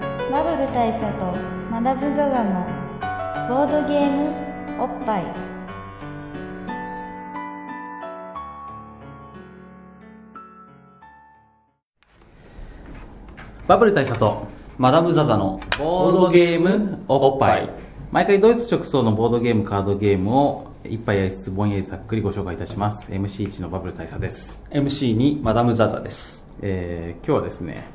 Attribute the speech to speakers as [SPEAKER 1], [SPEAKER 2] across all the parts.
[SPEAKER 1] 部大佐とマダム・ザ・ザのボードゲームおっぱい
[SPEAKER 2] バブル大佐と
[SPEAKER 3] マダム・ザ・ザの
[SPEAKER 2] ボードゲームおっぱい毎回ドイツ直送のボードゲームカードゲームを一杯やりつつぼんやりざっくりご紹介いたします MC1 のバブル大佐です
[SPEAKER 3] MC にマダム・ザ・ザです
[SPEAKER 2] えー、今日はですね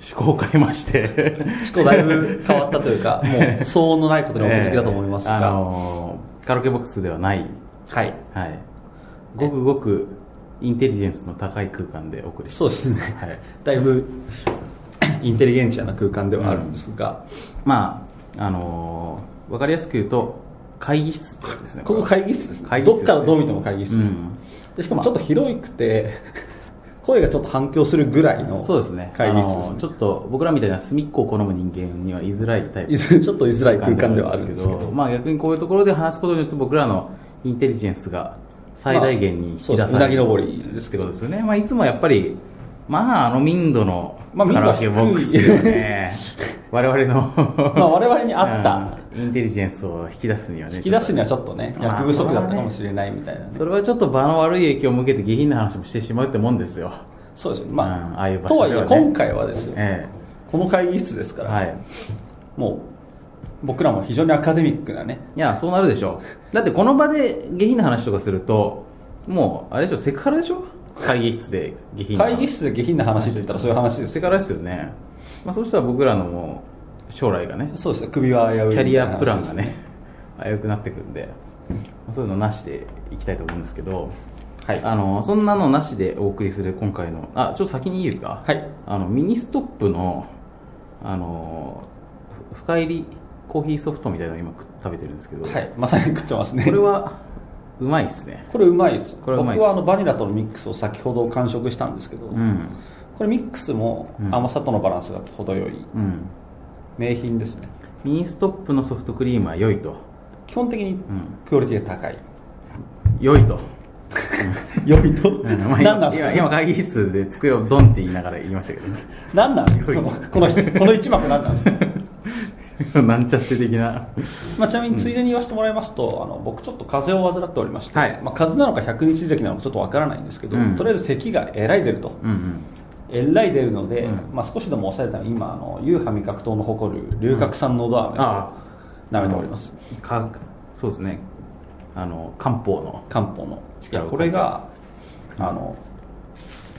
[SPEAKER 2] 趣向を変えまして
[SPEAKER 3] 思考だいぶ変わったという かもう騒音のないことにお気づきだと思いますが、
[SPEAKER 2] えーあのーカラオケボックスではない
[SPEAKER 3] はい
[SPEAKER 2] はいごくごくインテリジェンスの高い空間でお送りして
[SPEAKER 3] そうですね、
[SPEAKER 2] はい
[SPEAKER 3] だいぶインテリゲンチャーな空間ではあるんですが、
[SPEAKER 2] まああのー、分かりやすく言うと会議室ですね
[SPEAKER 3] ここ
[SPEAKER 2] れは
[SPEAKER 3] 会議室ですね
[SPEAKER 2] 会議室
[SPEAKER 3] ど
[SPEAKER 2] で
[SPEAKER 3] っ
[SPEAKER 2] すね
[SPEAKER 3] からどう見ても会議室です、
[SPEAKER 2] うん
[SPEAKER 3] でしかもちょっと広くて声がちょっと反響するぐらいの
[SPEAKER 2] そうですね
[SPEAKER 3] 会議室で
[SPEAKER 2] あ
[SPEAKER 3] す
[SPEAKER 2] の
[SPEAKER 3] ね
[SPEAKER 2] ちょっと僕らみたいな隅っこを好む人間には居づらいタイプ
[SPEAKER 3] いずれちょっと居づらい空間ではあるんですけど
[SPEAKER 2] まあ、逆にこういうところで話すことによって僕らのインテリジェンスが最大限に引き出される、
[SPEAKER 3] まあそうですねうなぎ登りです
[SPEAKER 2] けどですよね、まあ、いつもやっぱりまああの民度の
[SPEAKER 3] ま
[SPEAKER 2] カ
[SPEAKER 3] あ民度
[SPEAKER 2] ラ
[SPEAKER 3] は
[SPEAKER 2] オ
[SPEAKER 3] 低
[SPEAKER 2] ケ
[SPEAKER 3] い
[SPEAKER 2] ボックスでは ね我々の
[SPEAKER 3] まあ我々に合った
[SPEAKER 2] うんインテリジェンスを引き出すにはね
[SPEAKER 3] 引き出すにはちょっとね
[SPEAKER 2] まあ
[SPEAKER 3] 役不足だったかもしれないみたいなね
[SPEAKER 2] それはちょっと場の悪い影響を向けて下品な話もしてしまうってもんですよ
[SPEAKER 3] そうですねまあ,、
[SPEAKER 2] うんああいう場
[SPEAKER 3] と
[SPEAKER 2] 所
[SPEAKER 3] はい
[SPEAKER 2] では
[SPEAKER 3] え
[SPEAKER 2] ね
[SPEAKER 3] 今回はですよ、
[SPEAKER 2] え
[SPEAKER 3] この会議室ですか
[SPEAKER 2] え
[SPEAKER 3] ら、
[SPEAKER 2] はい
[SPEAKER 3] もう僕らも非常にアカデミックなね
[SPEAKER 2] いやそうなるでしょだってこの場で下品な話とかするともうあれでしょセクハラでしょ会議室で下品な話
[SPEAKER 3] 会議室で下品な話って言ったらそういう話です
[SPEAKER 2] セ
[SPEAKER 3] よ
[SPEAKER 2] クハラですよね、まあ、そうしたら僕らのもう将来がね
[SPEAKER 3] そうですね首は危うい
[SPEAKER 2] キャリアプラン
[SPEAKER 3] みた
[SPEAKER 2] が
[SPEAKER 3] いな話
[SPEAKER 2] ね
[SPEAKER 3] です
[SPEAKER 2] 危うくなってくるんで、まあそういうのなしでいきたいと思うんですけど、
[SPEAKER 3] はい
[SPEAKER 2] あのそんなのなしでお送りする今回のあちょっと先にいいですか、
[SPEAKER 3] はい
[SPEAKER 2] あのミニストップのあのふ深入りコーヒーソフトみたいなの今食食べてるんですけど、
[SPEAKER 3] はいまさに食ってますね
[SPEAKER 2] これはうまいっすね
[SPEAKER 3] これうまいですよ
[SPEAKER 2] これうまいっす
[SPEAKER 3] 僕はあのバニラとのミックスを先ほど完食したんですけど、
[SPEAKER 2] うん
[SPEAKER 3] これミックスも
[SPEAKER 2] うん
[SPEAKER 3] 甘さとのバランスが程よい
[SPEAKER 2] うん
[SPEAKER 3] 名品ですね
[SPEAKER 2] ミニストップのソフトクリームは良いと
[SPEAKER 3] 基本的に
[SPEAKER 2] ん
[SPEAKER 3] クオリティが高い、
[SPEAKER 2] 良いと
[SPEAKER 3] 良いと、
[SPEAKER 2] うんまあ
[SPEAKER 3] 何なんです
[SPEAKER 2] 今
[SPEAKER 3] か
[SPEAKER 2] 今会議室で机をドンって言いながら言いましたけどね
[SPEAKER 3] 何なんですかこのこの一この一幕何なんですか
[SPEAKER 2] なんちゃって的な
[SPEAKER 3] まあ、ちなみについでに言わせてもらいますと、あの僕ちょっと風邪を患っておりまして、
[SPEAKER 2] はい
[SPEAKER 3] まあ、風邪なのか百日咳なのかちょっとわからないんですけど、
[SPEAKER 2] うん
[SPEAKER 3] とりあえず咳がえらい出ると、
[SPEAKER 2] うんうん
[SPEAKER 3] えらい出るので、
[SPEAKER 2] うん
[SPEAKER 3] まあ、少しでも抑えるために今あのユーハ味覚糖の誇る龍角散のど飴
[SPEAKER 2] あ
[SPEAKER 3] を舐めております、
[SPEAKER 2] かそうですねあの漢方の
[SPEAKER 3] 漢方のいや
[SPEAKER 2] 力を
[SPEAKER 3] これがあの、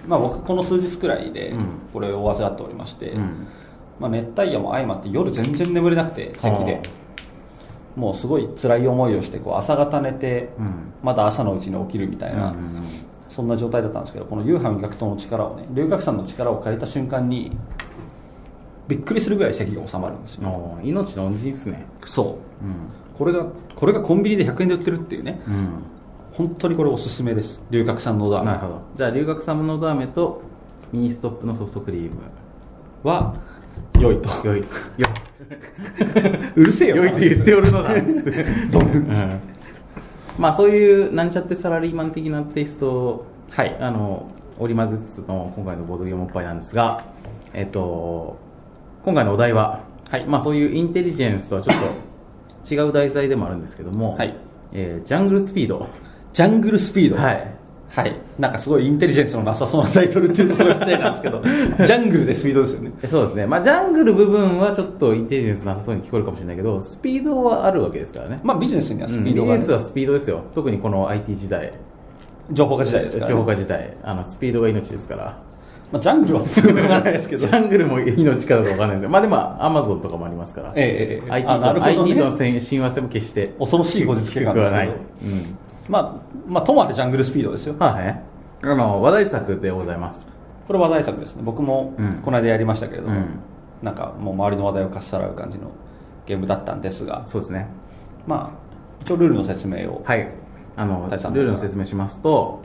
[SPEAKER 3] まあ、僕この数日くらいで
[SPEAKER 2] うん
[SPEAKER 3] これを患っておりまして、
[SPEAKER 2] うん
[SPEAKER 3] まあ、熱帯夜も相まって夜全然眠れなくて咳
[SPEAKER 2] は
[SPEAKER 3] でもうすごい辛い思いをしてこう朝方寝て、
[SPEAKER 2] うん
[SPEAKER 3] まだ朝のうちに起きるみたいな、
[SPEAKER 2] うんうんうん
[SPEAKER 3] そんな状態だったんですけどこの夕飯味覚糖の力をね龍角散の力を借りた瞬間にびっくりするぐらい咳が収まるんですよ
[SPEAKER 2] おー命の恩人ですね
[SPEAKER 3] そ
[SPEAKER 2] うん
[SPEAKER 3] うこれがこれがコンビニで100円で売ってるっていうね
[SPEAKER 2] うん
[SPEAKER 3] 本当にこれおすすめです龍角散のど
[SPEAKER 2] なる
[SPEAKER 3] 飴
[SPEAKER 2] ほどじゃあ留学さんのど飴とミニストップのソフトクリーム
[SPEAKER 3] は良 いと
[SPEAKER 2] 良い良いう
[SPEAKER 3] るせえよ
[SPEAKER 2] 良いと言っておるのだ
[SPEAKER 3] どう
[SPEAKER 2] うんまあそういうなんちゃってサラリーマン的なテイストを、
[SPEAKER 3] はい
[SPEAKER 2] あの織り交ぜつつの今回のボードゲームおっぱいなんですが、えっと、今回のお題は、
[SPEAKER 3] はい
[SPEAKER 2] まあ、そういうインテリジェンスとはちょっと違う題材でもあるんですけども、
[SPEAKER 3] はい
[SPEAKER 2] えージャングルスピード、
[SPEAKER 3] ジャングルスピード
[SPEAKER 2] はい、
[SPEAKER 3] はいなんかすごいインテリジェンスのなさそうなタイトルっていうとそれ失礼なんですけ どジャングルでスピードですよね
[SPEAKER 2] そうですね、まあ、ジャングル部分はちょっとインテリジェンスなさそうに聞こえるかもしれないけどスピードはあるわけですからね、
[SPEAKER 3] まあビジネスにはスピード
[SPEAKER 2] うんビジ
[SPEAKER 3] が
[SPEAKER 2] ネ
[SPEAKER 3] ね、
[SPEAKER 2] スはスピードですよ特にこの IT 時代
[SPEAKER 3] 情報化時代ですからね、
[SPEAKER 2] 情報化自体あのスピードが命ですから
[SPEAKER 3] まあ、ジャングルは作らないですけ
[SPEAKER 2] ジ
[SPEAKER 3] ど
[SPEAKER 2] ャングルも命かどうかわかんないですけどまあでもアマゾンとかもありますから、
[SPEAKER 3] ええええ
[SPEAKER 2] IT,
[SPEAKER 3] あなる
[SPEAKER 2] と
[SPEAKER 3] ほどね
[SPEAKER 2] IT との親親和性も決して
[SPEAKER 3] 恐ろしいこじつけ
[SPEAKER 2] 低
[SPEAKER 3] 感
[SPEAKER 2] く
[SPEAKER 3] です
[SPEAKER 2] はな
[SPEAKER 3] け
[SPEAKER 2] い、う
[SPEAKER 3] ど、
[SPEAKER 2] ん
[SPEAKER 3] まあ、まあ、ともあれジャングルスピードですよ。
[SPEAKER 2] はいあの話題作でございます
[SPEAKER 3] これ話題作ですね。僕も
[SPEAKER 2] うん
[SPEAKER 3] この間やりましたけれども、
[SPEAKER 2] うん
[SPEAKER 3] なんかもう周りの話題をかっさらう感じのゲームだったんですが、
[SPEAKER 2] そうですね
[SPEAKER 3] まあ、一応ルールの説明を。
[SPEAKER 2] はいあのル
[SPEAKER 3] 大佐
[SPEAKER 2] ールの説明しますと、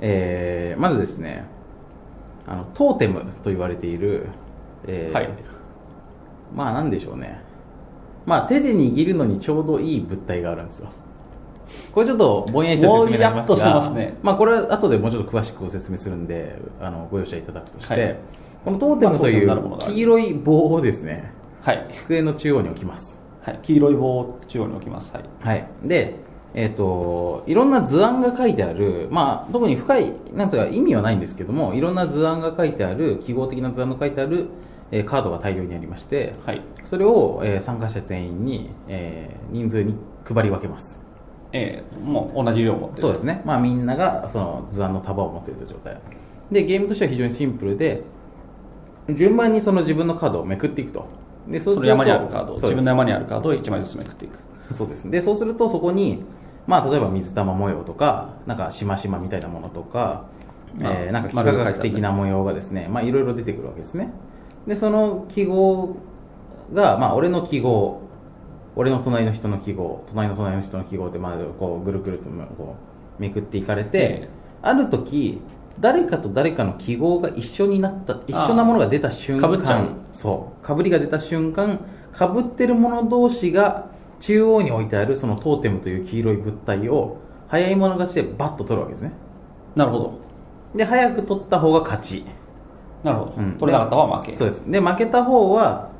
[SPEAKER 2] えーまずですねあのトーテムと言われている、えー
[SPEAKER 3] はい
[SPEAKER 2] まあなんでしょうねまあ手で握るのにちょうどいい物体があるんですよこれちょっとぼんやりした説明になりますが
[SPEAKER 3] ぼんやっとしてますね
[SPEAKER 2] まあ、これは後でもうちょっと詳しくご説明するんであのご容赦いただくとして、
[SPEAKER 3] はい
[SPEAKER 2] このトーテムとい
[SPEAKER 3] まあトーテムなるも
[SPEAKER 2] う
[SPEAKER 3] のがある
[SPEAKER 2] 黄色い棒をですね
[SPEAKER 3] はい、
[SPEAKER 2] 机の中央に置きます。
[SPEAKER 3] はい、黄色い棒を中央に置きますはい
[SPEAKER 2] はい。で、えっ、と、いろんな図案が書いてある、まあ、特に深い、なんとか意味はないんですけども、いろんな図案が書いてある、記号的な図案が書いてある、えーカードが大量にありまして、
[SPEAKER 3] はい
[SPEAKER 2] それを、えー参加者全員に、えー人数に配り分けます。
[SPEAKER 3] ええもう同じ量を持ってる
[SPEAKER 2] そうですね。まあ、みんなが、その図案の束を持っているという状態。で、ゲームとしては非常にシンプルで、順番にその自分のカードをめくっていくと。で、そう
[SPEAKER 3] その山にあるカードを
[SPEAKER 2] そうです
[SPEAKER 3] 自分の山にあるカードを1枚ずつめくっていく
[SPEAKER 2] そうですねでそうするとそこに、まあ、例えば水玉模様とかなんかしましまみたいなものとか、
[SPEAKER 3] まあ
[SPEAKER 2] えーなんか幾
[SPEAKER 3] 丸が
[SPEAKER 2] 何
[SPEAKER 3] 書いてあっ
[SPEAKER 2] 学
[SPEAKER 3] たり
[SPEAKER 2] 的な模様がですねまあいろいろ出てくるわけですねでその記号が、まあ、俺の記号俺の隣の人の記号隣の隣の人の記号ってまあこうぐるぐるとこうめくっていかれて
[SPEAKER 3] え、
[SPEAKER 2] ある時誰かと誰かの記号が一緒になった一緒なものが出た瞬間
[SPEAKER 3] 被っちゃう
[SPEAKER 2] そうかぶりが出た瞬間かぶってるもの同士が中央に置いてあるそのトーテムという黄色い物体を早い者勝ちでバッと取るわけですね
[SPEAKER 3] なるほど
[SPEAKER 2] で早く取った方が勝ち
[SPEAKER 3] なるほど、
[SPEAKER 2] うん
[SPEAKER 3] 取れなかった方は負け
[SPEAKER 2] そうですで負けた方は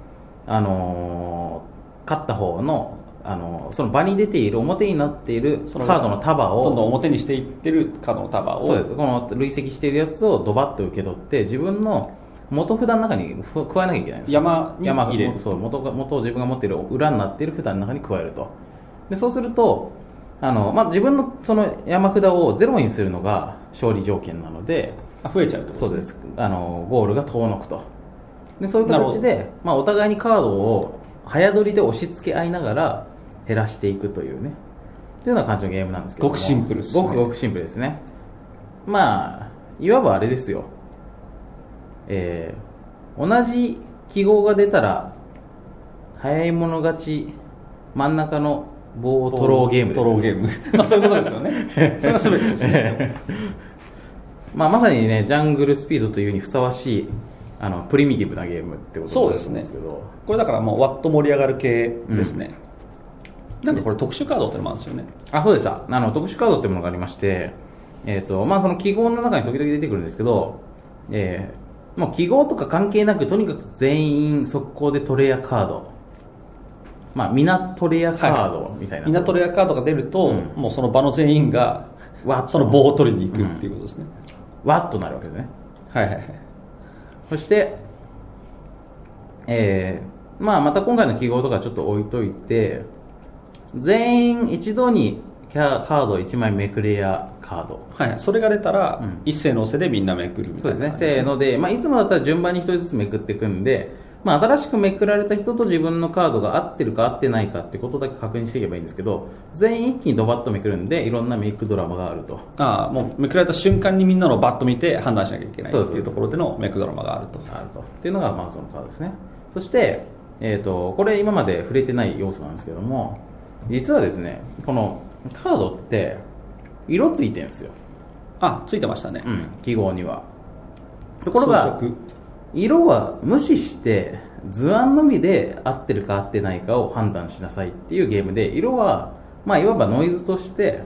[SPEAKER 2] あのー勝った方の、あのーその場に出ている表になっているカ
[SPEAKER 3] その
[SPEAKER 2] ードの束を
[SPEAKER 3] どんどん表にしていってるカードの束を
[SPEAKER 2] そうですこの累積しているやつをドバッと受け取って自分の元札の中にふ加えなきゃいけないんです
[SPEAKER 3] 山に
[SPEAKER 2] 山
[SPEAKER 3] 入れる
[SPEAKER 2] そう元が元を自分が持っている裏になっている札の中に加えるとでそうするとあの、まあ、自分のその山札をゼロにするのが勝利条件なので
[SPEAKER 3] あ増えちゃうってこと
[SPEAKER 2] そうですすあのゴールが遠のくとでそういう形で、まあ、お互いにカードを早取りで押し付け合いながら減らしていくというねというような感じのゲームなんですけども
[SPEAKER 3] ごくシンプルっすね
[SPEAKER 2] ごくごくシンプルですねまあいわばあれですよえー同じ記号が出たら早い者勝ち真ん中の棒を取ろうゲームです
[SPEAKER 3] トローゲーム まあそういうことですよ ねそれが全てですね
[SPEAKER 2] まあ、まさにね、ジャングルスピードというにふさわしい、あの、プリミティブなゲームってこと
[SPEAKER 3] そう
[SPEAKER 2] な
[SPEAKER 3] で
[SPEAKER 2] ん
[SPEAKER 3] すね
[SPEAKER 2] けど、
[SPEAKER 3] これだからもうわっと盛り上がる系ですね、なんかこれ特殊カードってのもあるんですよね
[SPEAKER 2] あ、そうでした。あの、特殊カードってものがありまして、えっ、と、まあ、その記号の中に時々出てくるんですけど、えー、もう記号とか関係なく、とにかく全員速攻でトレアカード。まあ、皆トレアカードみたいな。
[SPEAKER 3] ミナトレアカードが出ると、
[SPEAKER 2] うん
[SPEAKER 3] もうその場の全員が
[SPEAKER 2] わっと
[SPEAKER 3] その棒を取りに行くっていうことですね、
[SPEAKER 2] わっとなるわけですね。
[SPEAKER 3] はいはいはい
[SPEAKER 2] そして、えーまあ、また今回の記号とかちょっと置いといて、全員一度にキャカード1枚めくれやカード。
[SPEAKER 3] はい、それが出たら、
[SPEAKER 2] うん
[SPEAKER 3] 一斉のせでみんなめくるみ
[SPEAKER 2] そ
[SPEAKER 3] た
[SPEAKER 2] う
[SPEAKER 3] い
[SPEAKER 2] で
[SPEAKER 3] な
[SPEAKER 2] すね。
[SPEAKER 3] 感じ
[SPEAKER 2] せーので、まあ、いつもだったら順番に一人ずつめくっていくんで、まあ、新しくめくられた人と自分のカードが合ってるか合ってないかってことだけ確認していけばいいんですけど、全員一気にドバッとめくるんで、いろんなメイクドラマがあると。
[SPEAKER 3] ああもうめくられた瞬間にみんなのをバッと見て判断しなきゃいけないって
[SPEAKER 2] そう
[SPEAKER 3] い
[SPEAKER 2] そ
[SPEAKER 3] う
[SPEAKER 2] うそ
[SPEAKER 3] と
[SPEAKER 2] う
[SPEAKER 3] ころでのメイクドラマがあると
[SPEAKER 2] あると。っていうのが、まあ、そのカードですね。そして、えっ、と、これ今まで触れてない要素なんですけども、実はですね、このカードって、色ついてるんですよ。
[SPEAKER 3] あついてましたね、
[SPEAKER 2] うん、記号には。ところが、
[SPEAKER 3] 装飾
[SPEAKER 2] 色は無視して、図案のみで合ってるか合ってないかを判断しなさいっていうゲームで、色は、まあ、いわばノイズとして、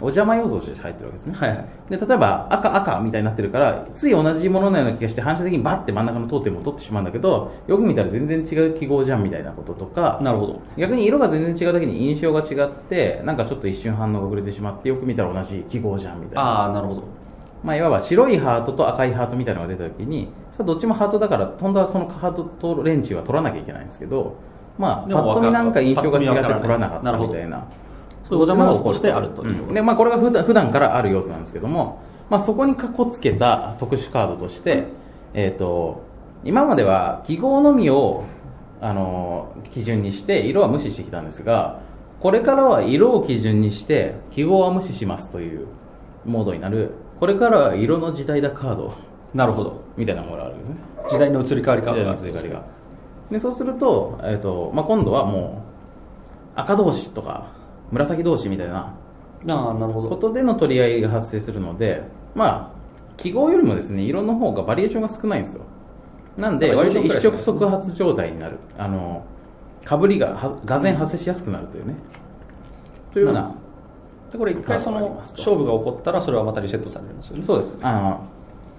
[SPEAKER 2] お邪魔要素として入ってるわけですね。
[SPEAKER 3] はいはい
[SPEAKER 2] で例えば赤赤みたいになってるからつい同じもののような気がして反射的にバッて真ん中のトーテムを取ってしまうんだけどよく見たら全然違う記号じゃんみたいなこととか
[SPEAKER 3] なるほど
[SPEAKER 2] 逆に色が全然違うだけに印象が違ってなんかちょっと一瞬反応が遅れてしまってよく見たら同じ記号じゃんみたいな
[SPEAKER 3] ああなるほど
[SPEAKER 2] まあ、いわば白いハートと赤いハートみたいなのが出た時にそれはどっちもハートだから今度はそのハートとレンチは取らなきゃいけないんですけどまあ
[SPEAKER 3] で
[SPEAKER 2] パ
[SPEAKER 3] も
[SPEAKER 2] ッと見なんか印象が違って
[SPEAKER 3] パッと見わ
[SPEAKER 2] 取
[SPEAKER 3] からない
[SPEAKER 2] らなかった
[SPEAKER 3] なるほ
[SPEAKER 2] み
[SPEAKER 3] ど
[SPEAKER 2] たいな
[SPEAKER 3] そういうお邪魔をしてあるというところ、
[SPEAKER 2] でまあ、これが普段普段からある要素なんですけども、まあ、そこにかこつけた特殊カードとして、えー、と今までは記号のみをあの基準にして色は無視してきたんですがこれからは色を基準にして記号は無視しますというモードになるこれからは色の時代だカード
[SPEAKER 3] なるほど
[SPEAKER 2] みたいなものがあるんですね
[SPEAKER 3] 時代の移り変わりカードが
[SPEAKER 2] 時代の移り変わりがでそうすると,、えーとまあ、今度はもう赤同士とか紫同士みたいな
[SPEAKER 3] ああなるほ
[SPEAKER 2] こ
[SPEAKER 3] ど
[SPEAKER 2] とでの取り合いが発生するので、まあ、記号よりもですね、色の方がバリエーションが少ないんですよ。なんで、
[SPEAKER 3] あ
[SPEAKER 2] 割と
[SPEAKER 3] 割と
[SPEAKER 2] 一
[SPEAKER 3] 少ないで
[SPEAKER 2] 触
[SPEAKER 3] すね
[SPEAKER 2] 即発状態になる。あの、かぶりが、はがぜん発生しやすくなるというね。というような、
[SPEAKER 3] でこれ一回そ
[SPEAKER 2] カードがあり
[SPEAKER 3] の
[SPEAKER 2] ますと
[SPEAKER 3] 勝負が起こったらそれはまたリセットされるんですよね
[SPEAKER 2] そうです。あの、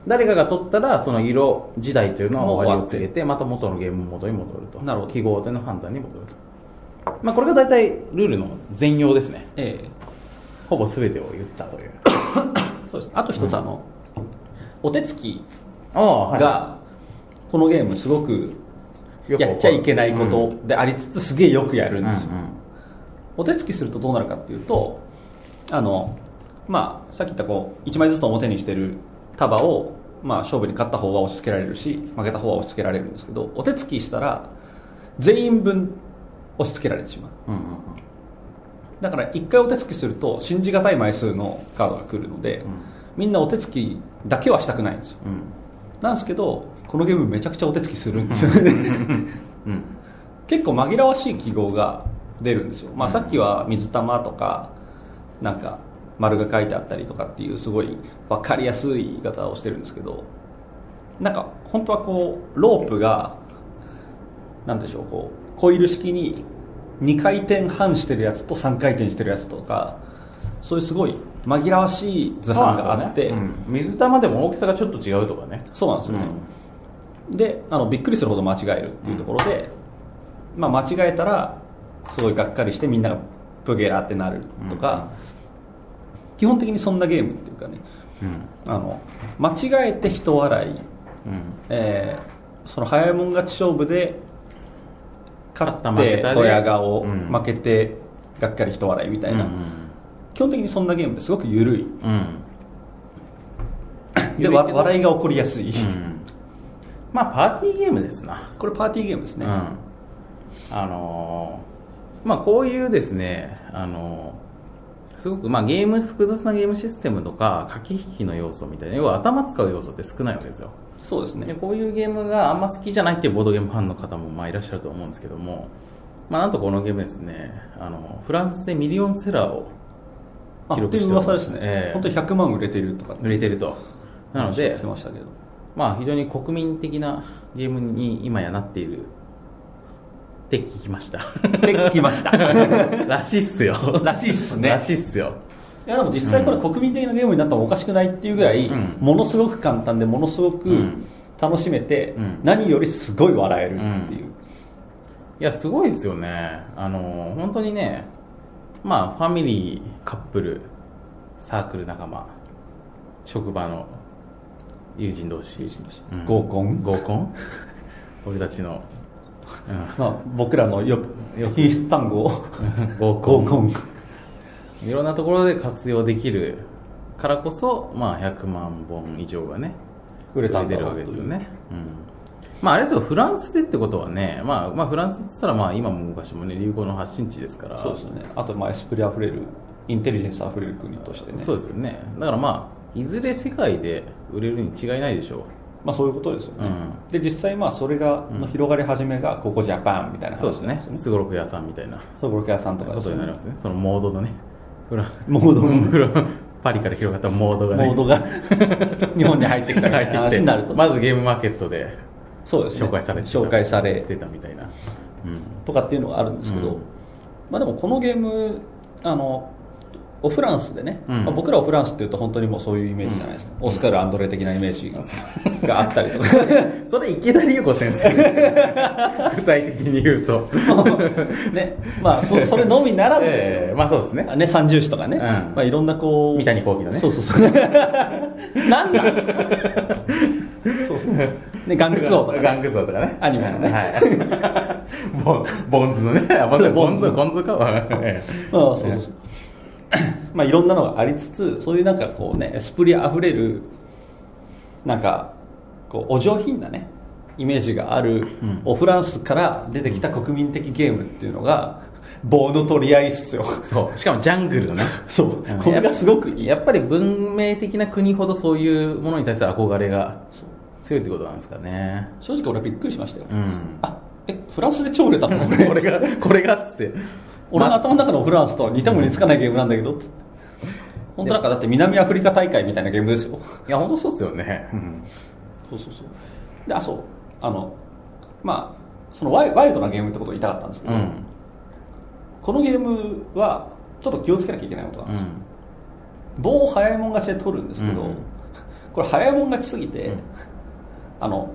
[SPEAKER 2] 誰かが取ったらその色時代というのは
[SPEAKER 3] もう
[SPEAKER 2] 終わり
[SPEAKER 3] 終わっ
[SPEAKER 2] を
[SPEAKER 3] て
[SPEAKER 2] 告げてまた元のゲーム元に戻ると
[SPEAKER 3] なるほど
[SPEAKER 2] 記号というの判断に戻ると、まあ、これが大体ルールの全容ですね
[SPEAKER 3] ええ
[SPEAKER 2] ほぼ全てを言ったという
[SPEAKER 3] そうですねあと一つあの、お手つき
[SPEAKER 2] ああ
[SPEAKER 3] が、このゲームすごく
[SPEAKER 2] よく
[SPEAKER 3] やっちゃいけないことでありつつ、すげえよくやるんですよ、
[SPEAKER 2] うんうん
[SPEAKER 3] お手つきするとどうなるかっていうとあの、まあ、さっき言ったこう1枚ずつ表にしてる束を、まあ、勝負に勝った方は押し付けられるし負けた方は押し付けられるんですけどお手つきしたら全員分押し付けられてしまう
[SPEAKER 2] うんうん
[SPEAKER 3] だから1回お手つきすると信じがたい枚数のカードが来るので、
[SPEAKER 2] うん
[SPEAKER 3] みんなお手つきだけはしたくないんですよ
[SPEAKER 2] うん
[SPEAKER 3] なんですけどこのゲームめちゃくちゃお手つきするんですよ ね
[SPEAKER 2] うん
[SPEAKER 3] 結構紛らわしい記号が出るんですよ、まあ、さっきは水玉とかなんか丸が書いてあったりとかっていうすごい分かりやすい言い方をしてるんですけどなんか本当はこうロープがなんでしょうこうコイル式に2回転半してるやつと3回転してるやつとかそういうすごい紛らわしい図版があって
[SPEAKER 2] そうなんですよねうん水玉でも大きさがちょっと違うとかね
[SPEAKER 3] そうなんですよね、であのびっくりするほど間違えるっていうところで、まあ、間違えたらすごいがっかりしてみんながブゲラってなるとか、基本的にそんなゲームっていうかね
[SPEAKER 2] うん
[SPEAKER 3] あの間違えて人笑い、
[SPEAKER 2] うん
[SPEAKER 3] えーその早いもん勝ち勝負で勝
[SPEAKER 2] 勝った
[SPEAKER 3] っ
[SPEAKER 2] 負け
[SPEAKER 3] て
[SPEAKER 2] たで
[SPEAKER 3] ドヤ顔、
[SPEAKER 2] うん
[SPEAKER 3] 負けてがっかり人笑いみたいな、基本的にそんなゲームですごく緩い
[SPEAKER 2] うんうん
[SPEAKER 3] で
[SPEAKER 2] 緩いけど
[SPEAKER 3] わ笑いが起こりやすい、
[SPEAKER 2] うんまあパーティーゲームですな
[SPEAKER 3] これパーティーゲームですね、
[SPEAKER 2] うん、あのーまあこういうですね、あのーすごくまあゲーム複雑なゲームシステムとか駆け引きの要素みたいな要は頭使う要素って少ないわけですよ
[SPEAKER 3] そうですね
[SPEAKER 2] でこういうゲームがあんま好きじゃないっていうボードゲームファンの方もまあいらっしゃると思うんですけども、まあ、なんとこのゲームですねあのフランスでミリオンセラーを
[SPEAKER 3] あ
[SPEAKER 2] 記
[SPEAKER 3] って
[SPEAKER 2] 録
[SPEAKER 3] い
[SPEAKER 2] し
[SPEAKER 3] う
[SPEAKER 2] ており
[SPEAKER 3] 噂
[SPEAKER 2] ま
[SPEAKER 3] です
[SPEAKER 2] す
[SPEAKER 3] ね、
[SPEAKER 2] ええ
[SPEAKER 3] 本当に100万売れてるとかって
[SPEAKER 2] 売れてるとなの
[SPEAKER 3] 話を聞
[SPEAKER 2] で
[SPEAKER 3] きましたけど
[SPEAKER 2] まあ非常に国民的なゲームに今やなっているって聞きました
[SPEAKER 3] って聞きました
[SPEAKER 2] らしいっすよ
[SPEAKER 3] らしいっすね
[SPEAKER 2] らしいっすよ
[SPEAKER 3] いやでも実際これ国民的なゲームになってもおかしくないっていうぐらい、
[SPEAKER 2] うん
[SPEAKER 3] ものすごく簡単でものすご
[SPEAKER 2] う
[SPEAKER 3] く
[SPEAKER 2] ん
[SPEAKER 3] 楽しめて、
[SPEAKER 2] うん
[SPEAKER 3] 何よりすごい笑えるっていう、
[SPEAKER 2] いやすごいですよねあの本当にねまあファミリーカップルサークル仲間職場の友人同士うん
[SPEAKER 3] 合コン
[SPEAKER 2] 合 コン俺たちの、うん
[SPEAKER 3] まあ、僕らのよく
[SPEAKER 2] よく
[SPEAKER 3] 品質単 語を
[SPEAKER 2] 合コ
[SPEAKER 3] 合
[SPEAKER 2] ン
[SPEAKER 3] コン
[SPEAKER 2] いろんなところで活用できるからこそ、まあ、100万本以上がね
[SPEAKER 3] 売れたんだ
[SPEAKER 2] る
[SPEAKER 3] ろ
[SPEAKER 2] わ
[SPEAKER 3] う
[SPEAKER 2] け
[SPEAKER 3] という
[SPEAKER 2] ですよね、うんまあ、あれですよフランスでってことはね、まあまあ、フランスって言ったらまあ今も昔も、ね、流行の発信地ですから
[SPEAKER 3] そうですよねあとまあエスプリあふれるインテリジェンスあふれる国としてね
[SPEAKER 2] そうですよねだからまあいずれ世界で売れるに違いないでしょ
[SPEAKER 3] まあ、そういうことですよね、
[SPEAKER 2] うん
[SPEAKER 3] で実際まあそれがの広がり始めがここジャパンみたいうな
[SPEAKER 2] そう
[SPEAKER 3] 話
[SPEAKER 2] です
[SPEAKER 3] なん
[SPEAKER 2] ねすごろく屋さんみたいな
[SPEAKER 3] そうブロック屋さんとか
[SPEAKER 2] こ
[SPEAKER 3] です
[SPEAKER 2] と
[SPEAKER 3] よ
[SPEAKER 2] に
[SPEAKER 3] ね
[SPEAKER 2] なりますねそのモードのねフラン
[SPEAKER 3] モードの
[SPEAKER 2] フランパリから広がったモードがね
[SPEAKER 3] モードが 日本に入ってきたみ たいな話になると、
[SPEAKER 2] まずゲームマーケットで
[SPEAKER 3] そうですね
[SPEAKER 2] 紹介されてた
[SPEAKER 3] 紹介され
[SPEAKER 2] てたみたいな、うん
[SPEAKER 3] とかっていうのがあるんですけど、
[SPEAKER 2] うん
[SPEAKER 3] まあ、でもこのゲームあのオフランスでね、
[SPEAKER 2] うん
[SPEAKER 3] まあ僕らオフランスっていうと本当にもうそういうイメージじゃないですか、オスカル・アンドレ的なイメージががあったりとか
[SPEAKER 2] それ池田理子先生具体的に言うと
[SPEAKER 3] ねまあそそれのみならずですよ、
[SPEAKER 2] えーまあそうですね
[SPEAKER 3] ね、三重士とかね、
[SPEAKER 2] うん
[SPEAKER 3] まあ、いろんなこう
[SPEAKER 2] 三谷幸喜のね
[SPEAKER 3] そうそうそう 何なんですかそうそうねガンクツ王とか
[SPEAKER 2] ガ
[SPEAKER 3] ね
[SPEAKER 2] ングツ王とかね。
[SPEAKER 3] アニメのね
[SPEAKER 2] はい。 ボンボンズのね。あボンズ、
[SPEAKER 3] ボ
[SPEAKER 2] ボ
[SPEAKER 3] ン
[SPEAKER 2] ン
[SPEAKER 3] ズ
[SPEAKER 2] ズ、ボンズか。 ええ
[SPEAKER 3] ああそうそうそうまあいろんなのがありつつそういうなんかこうねエスプリあふれるなんかこうお上品なねイメージがある、
[SPEAKER 2] ん
[SPEAKER 3] オフランスから出てきた国民的ゲームっていうのが棒の取り合いっすよ
[SPEAKER 2] そう。しかもジャングルのね。
[SPEAKER 3] そう、
[SPEAKER 2] うん
[SPEAKER 3] これがすごくいい
[SPEAKER 2] やっぱり文明的な国ほどそういうものに対する憧れが強いってことなんですかね。
[SPEAKER 3] 正直俺はびっくりしましたよ、
[SPEAKER 2] うん。
[SPEAKER 3] あえフランスで超売れたの
[SPEAKER 2] これが、これがっつって。
[SPEAKER 3] 俺の頭の中のオフランスとは似ても似つかないゲームなんだけど、つって本当なんかだって南アフリカ大会みたいなゲームですよ
[SPEAKER 2] いや、本当そうですよね。うん
[SPEAKER 3] そうそうそうであそうあのまあそのワイワイルドなゲームってことを言いたかったんですけ
[SPEAKER 2] う
[SPEAKER 3] ど、
[SPEAKER 2] ん。
[SPEAKER 3] このゲームはちょっと気をつけなきゃいけないことなん
[SPEAKER 2] う
[SPEAKER 3] ですよ、
[SPEAKER 2] ん。
[SPEAKER 3] 棒を早いもん勝ちで取るんですけど、
[SPEAKER 2] うん
[SPEAKER 3] これ早いもん勝ちすぎて、
[SPEAKER 2] うん
[SPEAKER 3] あの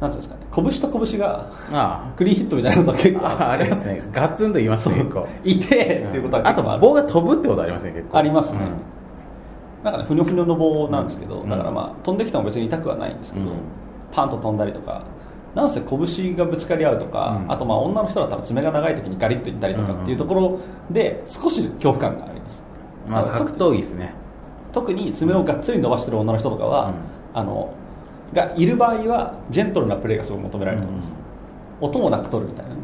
[SPEAKER 3] なんていうんですかね拳と拳が
[SPEAKER 2] あ
[SPEAKER 3] クリーンヒットみたいなことが結
[SPEAKER 2] あ
[SPEAKER 3] 構
[SPEAKER 2] あありますねガツンと言いました結構
[SPEAKER 3] いて、っていうことは
[SPEAKER 2] あ
[SPEAKER 3] 結
[SPEAKER 2] と
[SPEAKER 3] 構ある
[SPEAKER 2] 棒が飛ぶってことありますね結構
[SPEAKER 3] ありますね、
[SPEAKER 2] うん
[SPEAKER 3] なんかねふにょふにょの棒なんですけど、
[SPEAKER 2] うん
[SPEAKER 3] だからまあ飛んできても別に痛くはないんですけど、
[SPEAKER 2] うん
[SPEAKER 3] パンと飛んだりとかなんせ拳がぶつかり合うとか、
[SPEAKER 2] うん
[SPEAKER 3] あとまあ女の人だったら爪が長い時にガリッといったりとかっていうところで少し恐怖感があります、
[SPEAKER 2] まあ
[SPEAKER 3] あの
[SPEAKER 2] 格闘技ですね
[SPEAKER 3] 特に爪をがっつり伸ばしてる女の人とかは、
[SPEAKER 2] うん
[SPEAKER 3] あのがいる場合はジェントルなプレーがすごい求められると思います、音もなく取るみたいなね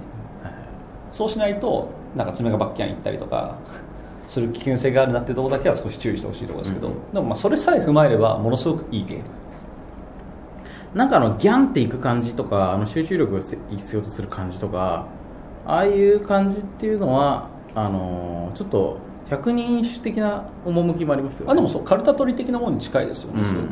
[SPEAKER 3] そうしないとなんか爪がバッキャンいったりとか する危険性があるなっていうところだけは少し注意してほしいところですけど、
[SPEAKER 2] うん
[SPEAKER 3] でもまあそれさえ踏まえればものすごくいいゲーム
[SPEAKER 2] なんかあのギャンっていく感じとかあの集中力をせ必要とする感じとかああいう感じっていうのはあのーちょっと百人一首的な趣もありますよ、ね、
[SPEAKER 3] あでもそうカルタ取り的なものに近いですよね、すごく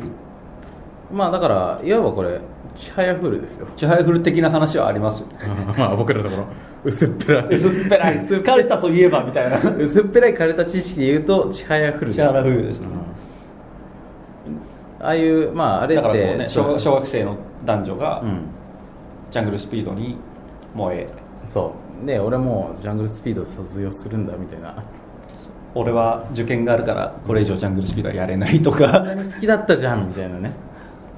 [SPEAKER 2] うんまあだからいわばこれちはやフルですよ
[SPEAKER 3] ちはやふる的な話はありますよね
[SPEAKER 2] まあ僕らのところ薄っぺらい
[SPEAKER 3] 薄っぺらい
[SPEAKER 2] 薄っ
[SPEAKER 3] カルタといえばみたい な
[SPEAKER 2] 薄っぺらい枯れた知識で言うとちはやフルです
[SPEAKER 3] ちはやふるですね
[SPEAKER 2] うんああいうまああれっ
[SPEAKER 3] だ
[SPEAKER 2] て
[SPEAKER 3] からこうね小学小学生の男女が
[SPEAKER 2] うん
[SPEAKER 3] ジャングルスピードに燃え
[SPEAKER 2] そうで俺もうジャングルスピード卒業するんだみたいな
[SPEAKER 3] 俺は受験があるからこれ以上ジャングルスピードはやれないと
[SPEAKER 2] こんな
[SPEAKER 3] か
[SPEAKER 2] に好きだったじゃんみたいなね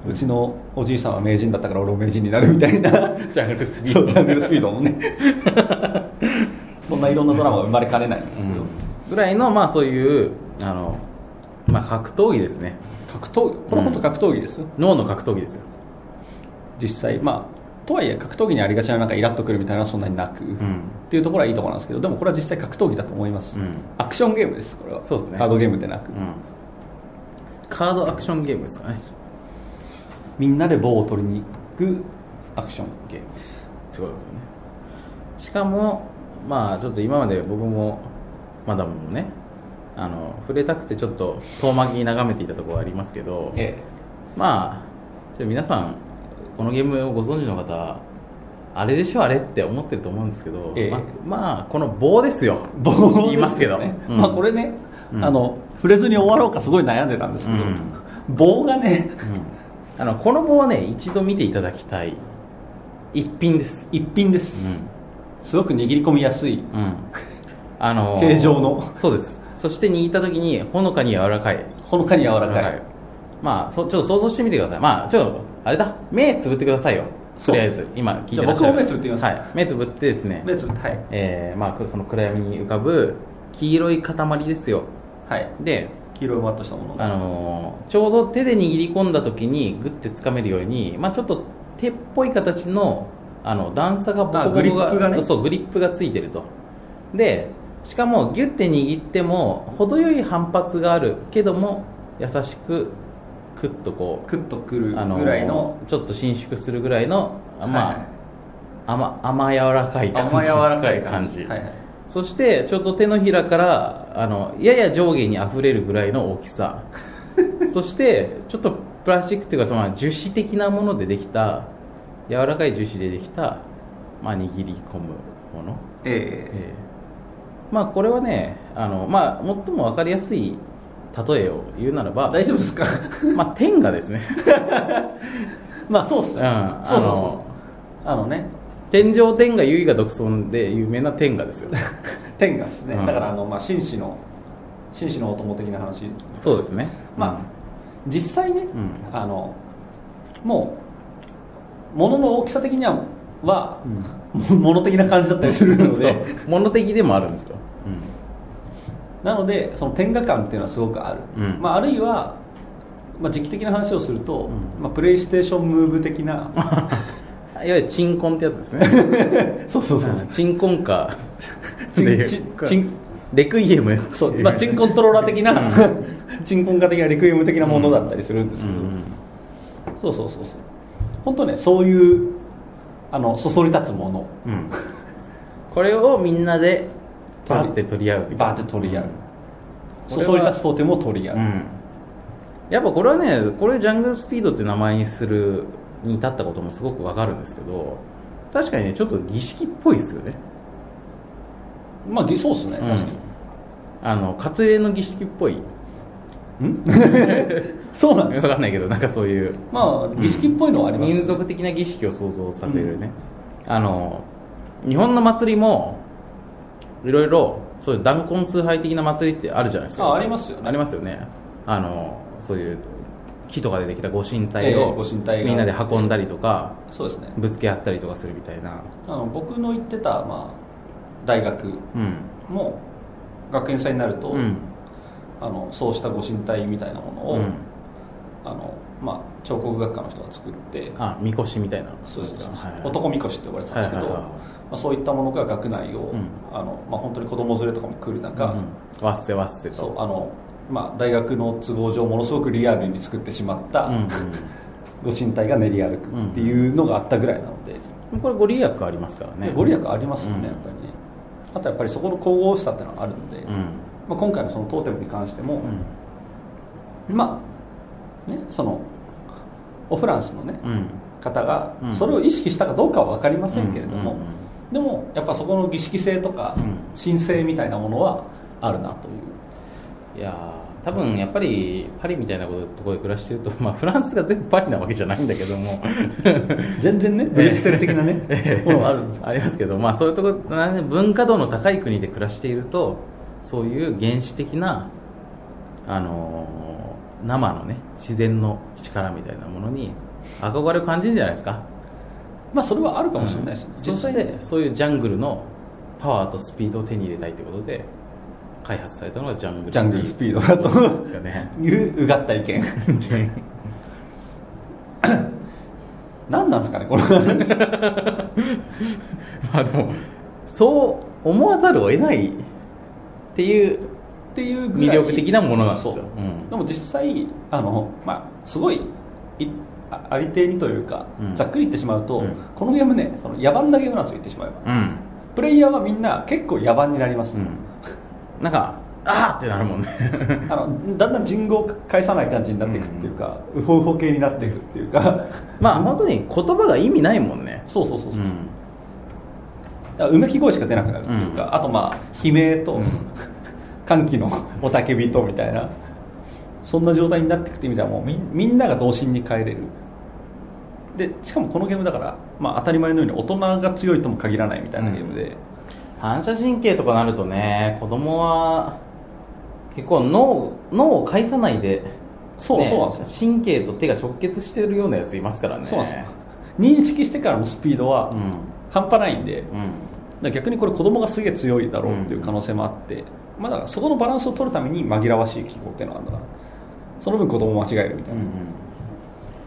[SPEAKER 3] うちのおじいさんは名人だったから俺も名人になるみたいな
[SPEAKER 2] ジャングルス ピー
[SPEAKER 3] そ
[SPEAKER 2] ド
[SPEAKER 3] うジャングルスピードのね そんないろんなドラマが生まれかねないんですけど、
[SPEAKER 2] ぐらいのまあそういうあの、まあ、格闘技ですね
[SPEAKER 3] 格闘技これ本当格闘技ですよ、
[SPEAKER 2] 脳の格闘技ですよ、
[SPEAKER 3] 実際まあとはいえ格闘技にありがちななんかイラッとくるみたいなのはそんなになく、
[SPEAKER 2] ん
[SPEAKER 3] っていうところはいいところなんですけどでもこれは実際格闘技だと思います、
[SPEAKER 2] うん
[SPEAKER 3] アクションゲームですこれは
[SPEAKER 2] そうですね
[SPEAKER 3] カードゲームでなく、
[SPEAKER 2] うん、カードアクションゲームですかね
[SPEAKER 3] みんなで棒を取りに行くアクションゲーム
[SPEAKER 2] ってことですよねしかもまあちょっと今まで僕もマダムもねあの触れたくてちょっと遠巻きに眺めていたところはありますけど
[SPEAKER 3] ええ
[SPEAKER 2] まあちょ皆さんこのゲームをご存知の方あれでしょあれって思ってると思うんですけど、
[SPEAKER 3] ええ
[SPEAKER 2] ままあこの棒ですよ
[SPEAKER 3] 棒ですよね
[SPEAKER 2] 言いますけど、うん
[SPEAKER 3] まあこれね、
[SPEAKER 2] うん
[SPEAKER 3] あの触れずに終わろうかすごい悩んでたんですけど、
[SPEAKER 2] うん
[SPEAKER 3] 棒がね
[SPEAKER 2] うんあのこの棒はね一度見ていただきたい一品です
[SPEAKER 3] 一品です、すごく握り込みやすい
[SPEAKER 2] うん、うん、あのー
[SPEAKER 3] 形状の
[SPEAKER 2] そうですそして握った時にほのかに柔らかい
[SPEAKER 3] ほのかに柔らかい、
[SPEAKER 2] まあそちょっと想像してみてくださいまあちょっとあれだ目つぶってくださいよ
[SPEAKER 3] そ
[SPEAKER 2] と
[SPEAKER 3] う
[SPEAKER 2] りあ
[SPEAKER 3] そう
[SPEAKER 2] えず今聞い
[SPEAKER 3] じゃ
[SPEAKER 2] て
[SPEAKER 3] あ
[SPEAKER 2] らっしゃる
[SPEAKER 3] 僕も目つぶってみます
[SPEAKER 2] はい、目つぶってですね
[SPEAKER 3] 目つぶってはい
[SPEAKER 2] えーまあ、くその暗闇に浮かぶ黄色い塊ですよ
[SPEAKER 3] はい
[SPEAKER 2] で、
[SPEAKER 3] 黄色いマッとしたものが
[SPEAKER 2] あのーちょうど手で握り込んだ時にグッて掴めるように、まあ、ちょっと手っぽい形のあの段差がボコボコ
[SPEAKER 3] あグリップがね
[SPEAKER 2] そうグリップがついてるとでしかもギュッて握っても程よい反発があるけども優しくクッとこう
[SPEAKER 3] クッとくるぐ
[SPEAKER 2] あのー
[SPEAKER 3] らいの、
[SPEAKER 2] ちょっと伸縮するぐらいの、まあ
[SPEAKER 3] はい
[SPEAKER 2] 甘甘柔らかい感じ
[SPEAKER 3] 甘柔らかい
[SPEAKER 2] 感じ、
[SPEAKER 3] はいはい
[SPEAKER 2] そしてちょうど手のひらからあのやや上下にあふれるぐらいの大 きさそしてちょっとプラスチックというかその樹脂的なものでできた柔らかい樹脂でできた、まあ、握り込むもの、
[SPEAKER 3] ええ
[SPEAKER 2] ええまあこれはねあの、まあ、最も分かりやすい例えを言うならば、
[SPEAKER 3] 大丈夫ですか
[SPEAKER 2] まあ、天下ですね、
[SPEAKER 3] まあそうっすよ
[SPEAKER 2] うん、
[SPEAKER 3] ね、
[SPEAKER 2] あ
[SPEAKER 3] そうそう
[SPEAKER 2] の
[SPEAKER 3] そうあのね
[SPEAKER 2] 天上天下唯我独尊で有名な天下ですよ
[SPEAKER 3] 天がですね、
[SPEAKER 2] うん
[SPEAKER 3] だからあの、まあ、紳士の紳士のお供的な話
[SPEAKER 2] そうですね
[SPEAKER 3] まあ、実際ね、
[SPEAKER 2] ん
[SPEAKER 3] あのもう物の大きさ的にはは、 物的な感じだったりするので
[SPEAKER 2] そう物的でもあるんですよ、うん
[SPEAKER 3] なのでその天下感っていうのはすごくある、
[SPEAKER 2] うん
[SPEAKER 3] まあ、あるいは、まあ、時期的な話をすると、
[SPEAKER 2] うん
[SPEAKER 3] まあ、プレイステーションムーブ的 な
[SPEAKER 2] いわゆる鎮魂ってやつですね
[SPEAKER 3] そうそうそう
[SPEAKER 2] 鎮魂か
[SPEAKER 3] チン
[SPEAKER 2] チ
[SPEAKER 3] チ
[SPEAKER 2] ン
[SPEAKER 3] ンチン
[SPEAKER 2] レクイエム
[SPEAKER 3] そう、まあ、チンコントローラー的な、 チンコン化的なレクイエム的なものだったりするんです
[SPEAKER 2] う
[SPEAKER 3] けど、
[SPEAKER 2] ん
[SPEAKER 3] そうそうそうそう本当ねそういうあのそそり立つもの
[SPEAKER 2] うん、うんこれをみんなでバーって取り合うみたい
[SPEAKER 3] バーって取り合う、
[SPEAKER 2] これは
[SPEAKER 3] そそり立つとても取り合う、
[SPEAKER 2] なうんやっぱこれはねこれジャングルスピードって名前にするに至ったこともすごくわかるんですけど確かにねちょっと儀式っぽいですよね
[SPEAKER 3] まあぎそうですね
[SPEAKER 2] うん
[SPEAKER 3] 確かに、
[SPEAKER 2] あの割礼の儀式っぽい
[SPEAKER 3] んそうなんです
[SPEAKER 2] 分
[SPEAKER 3] か
[SPEAKER 2] かんないけどなんかそういう
[SPEAKER 3] まあ儀式っぽいのはあります、
[SPEAKER 2] 民族的な儀式を想像させるね、あの日本の祭りもいろいろそういう弾根崇拝的な祭りってあるじゃないですか
[SPEAKER 3] あありますよね
[SPEAKER 2] ありますよねあのそういう木とかでできたご神体
[SPEAKER 3] ええ
[SPEAKER 2] を
[SPEAKER 3] ご神体が
[SPEAKER 2] みんなで運んだりとか
[SPEAKER 3] そうですね
[SPEAKER 2] ぶつけ合ったりとかするみたいな
[SPEAKER 3] あの僕の行ってた、まあ、大学
[SPEAKER 2] うん
[SPEAKER 3] も学園祭になると、
[SPEAKER 2] うん
[SPEAKER 3] あのそうしたご神体みたいなものを、
[SPEAKER 2] うん
[SPEAKER 3] あのまあ、彫刻学科の人が作って
[SPEAKER 2] あみこしみたいな
[SPEAKER 3] そうです
[SPEAKER 2] か
[SPEAKER 3] ね
[SPEAKER 2] はい
[SPEAKER 3] 男みこしって呼ばれてたんですけど、
[SPEAKER 2] はいはいはいはい
[SPEAKER 3] まあ、そういったものが学内を、
[SPEAKER 2] うん
[SPEAKER 3] あのまあ、本当に子供連れとかも来る中、
[SPEAKER 2] うん、わっせわっせと
[SPEAKER 3] そうあのまあ、大学の都合上ものすごくリアルに作ってしまった、
[SPEAKER 2] うん
[SPEAKER 3] ご神体が練り歩くっていうのがあったぐらいなので,で、
[SPEAKER 2] うんこれご利益ありますからね
[SPEAKER 3] ご利益ありますよね、
[SPEAKER 2] うん
[SPEAKER 3] やっぱりねあとやっぱりそこの神々しさっていうのはあるので、
[SPEAKER 2] うん
[SPEAKER 3] まあ、今回のそのトーテムに関しても、
[SPEAKER 2] うん
[SPEAKER 3] まあねそのオフランスのね、
[SPEAKER 2] うん
[SPEAKER 3] 方が
[SPEAKER 2] うん
[SPEAKER 3] それを意識したかどうかは分かりませんけれども、
[SPEAKER 2] うんうん
[SPEAKER 3] でもやっぱそこの儀式性とか
[SPEAKER 2] うん
[SPEAKER 3] 神聖みたいなものはあるなという、
[SPEAKER 2] いやー多分やっぱりパリみたいなこととこで暮 らしてると、まあ、フランスが全部パリなわけじゃないんだけども
[SPEAKER 3] 全然ねブリステル的なね、ものはあるんですよ
[SPEAKER 2] ありますけど、まあ、そういうとこ文化度の高い国で暮らしているとそういう原始的な、あのー生のね自然の力みたいなものに憧れを感じるんじゃないですか
[SPEAKER 3] まあそれはあるかもしれないです、
[SPEAKER 2] うんそ
[SPEAKER 3] 実際
[SPEAKER 2] してそういうジャングルのパワーとスピードを手に入れたいということで開発されたのがジャングル
[SPEAKER 3] ジャングルスピードだと
[SPEAKER 2] なんですかね
[SPEAKER 3] いううがった意 見何なんですかねこの話
[SPEAKER 2] まあでもそう思わざるを得ないっていう
[SPEAKER 3] っていうぐ
[SPEAKER 2] 魅
[SPEAKER 3] らい
[SPEAKER 2] 力的なものなんですよ、
[SPEAKER 3] そう
[SPEAKER 2] うん
[SPEAKER 3] でも実際あの、まあ、すごいいあありていにというか、
[SPEAKER 2] うん
[SPEAKER 3] ざっくり言ってしまうと、
[SPEAKER 2] うん
[SPEAKER 3] このゲームねその野蛮なゲームなんですよ言ってしまえば
[SPEAKER 2] うん
[SPEAKER 3] プレイヤーはみんな結構野蛮になります、
[SPEAKER 2] うんなんかあーってなるもんね
[SPEAKER 3] あのだんだん人語を返さない感じになっていくっていうか、うほうほ系になっていくっていうか
[SPEAKER 2] まあ本当に言葉が意味ないもんね
[SPEAKER 3] そうそうそうそうう、だ
[SPEAKER 2] ん
[SPEAKER 3] からうめき声しか出なくなるっていうか、あとまあ悲鳴と、歓喜の 雄たけびとみたいなそんな状態になっていくって意味ではもうみみんなが童心に帰れるでしかもこのゲームだから、まあ、当たり前のように大人が強いとも限らないみたいなゲームで、
[SPEAKER 2] 反射神経とかなるとね子供は結構脳脳を介さないで
[SPEAKER 3] そう
[SPEAKER 2] ね
[SPEAKER 3] そうなんです
[SPEAKER 2] 神経と手が直結してるようなやついますからね
[SPEAKER 3] そうなんですよ認識してからのスピードは
[SPEAKER 2] うん
[SPEAKER 3] 半端ないんで、
[SPEAKER 2] う
[SPEAKER 3] だ
[SPEAKER 2] ん
[SPEAKER 3] から逆にこれ子供がすげえ強いだろうっていう可能性もあって、まあ、だからそこのバランスを取るために紛らわしい記号っていうのがあるんだからその分子供を間違えるみた
[SPEAKER 2] う
[SPEAKER 3] い
[SPEAKER 2] ん
[SPEAKER 3] な、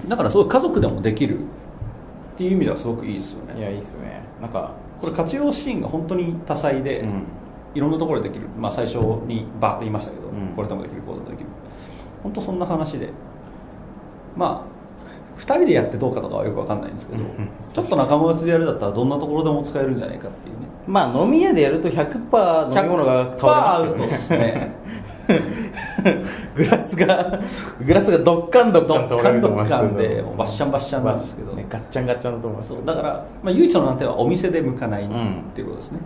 [SPEAKER 3] だからそういう家族でもできるっていう意味ではすごくいいですよ
[SPEAKER 2] うんい
[SPEAKER 3] ね
[SPEAKER 2] やいいっすねなんか
[SPEAKER 3] これ活用シーンが本当に多彩で、
[SPEAKER 2] うん
[SPEAKER 3] いろんなところでできる、まあ、最初にバーッと言いましたけど、
[SPEAKER 2] うん
[SPEAKER 3] これでもできるこうでもできる本当そんな話でまあ2人でやってどうかとかはよくわかんないんですけど
[SPEAKER 2] うん
[SPEAKER 3] ちょっと仲間内でやるだったらどんなところでも使えるんじゃないかっていうね
[SPEAKER 2] まあ飲み屋でやると100%飲み物が倒れますけど、ね、
[SPEAKER 3] 100%アウトですね
[SPEAKER 2] グラスがグラスがドッカンドッカン
[SPEAKER 3] ドッ
[SPEAKER 2] 倒れ
[SPEAKER 3] カ
[SPEAKER 2] る
[SPEAKER 3] ン
[SPEAKER 2] と
[SPEAKER 3] ド
[SPEAKER 2] 思い
[SPEAKER 3] ッ
[SPEAKER 2] ますけ
[SPEAKER 3] カ
[SPEAKER 2] ど
[SPEAKER 3] ンでもうバッシャンバッシャンなんですけど、
[SPEAKER 2] ね、ガッチャンガッチャンだと思います
[SPEAKER 3] そ
[SPEAKER 2] けど
[SPEAKER 3] うだから、まあ、唯一の難点はお店で向かない
[SPEAKER 2] うん
[SPEAKER 3] っていうことですね、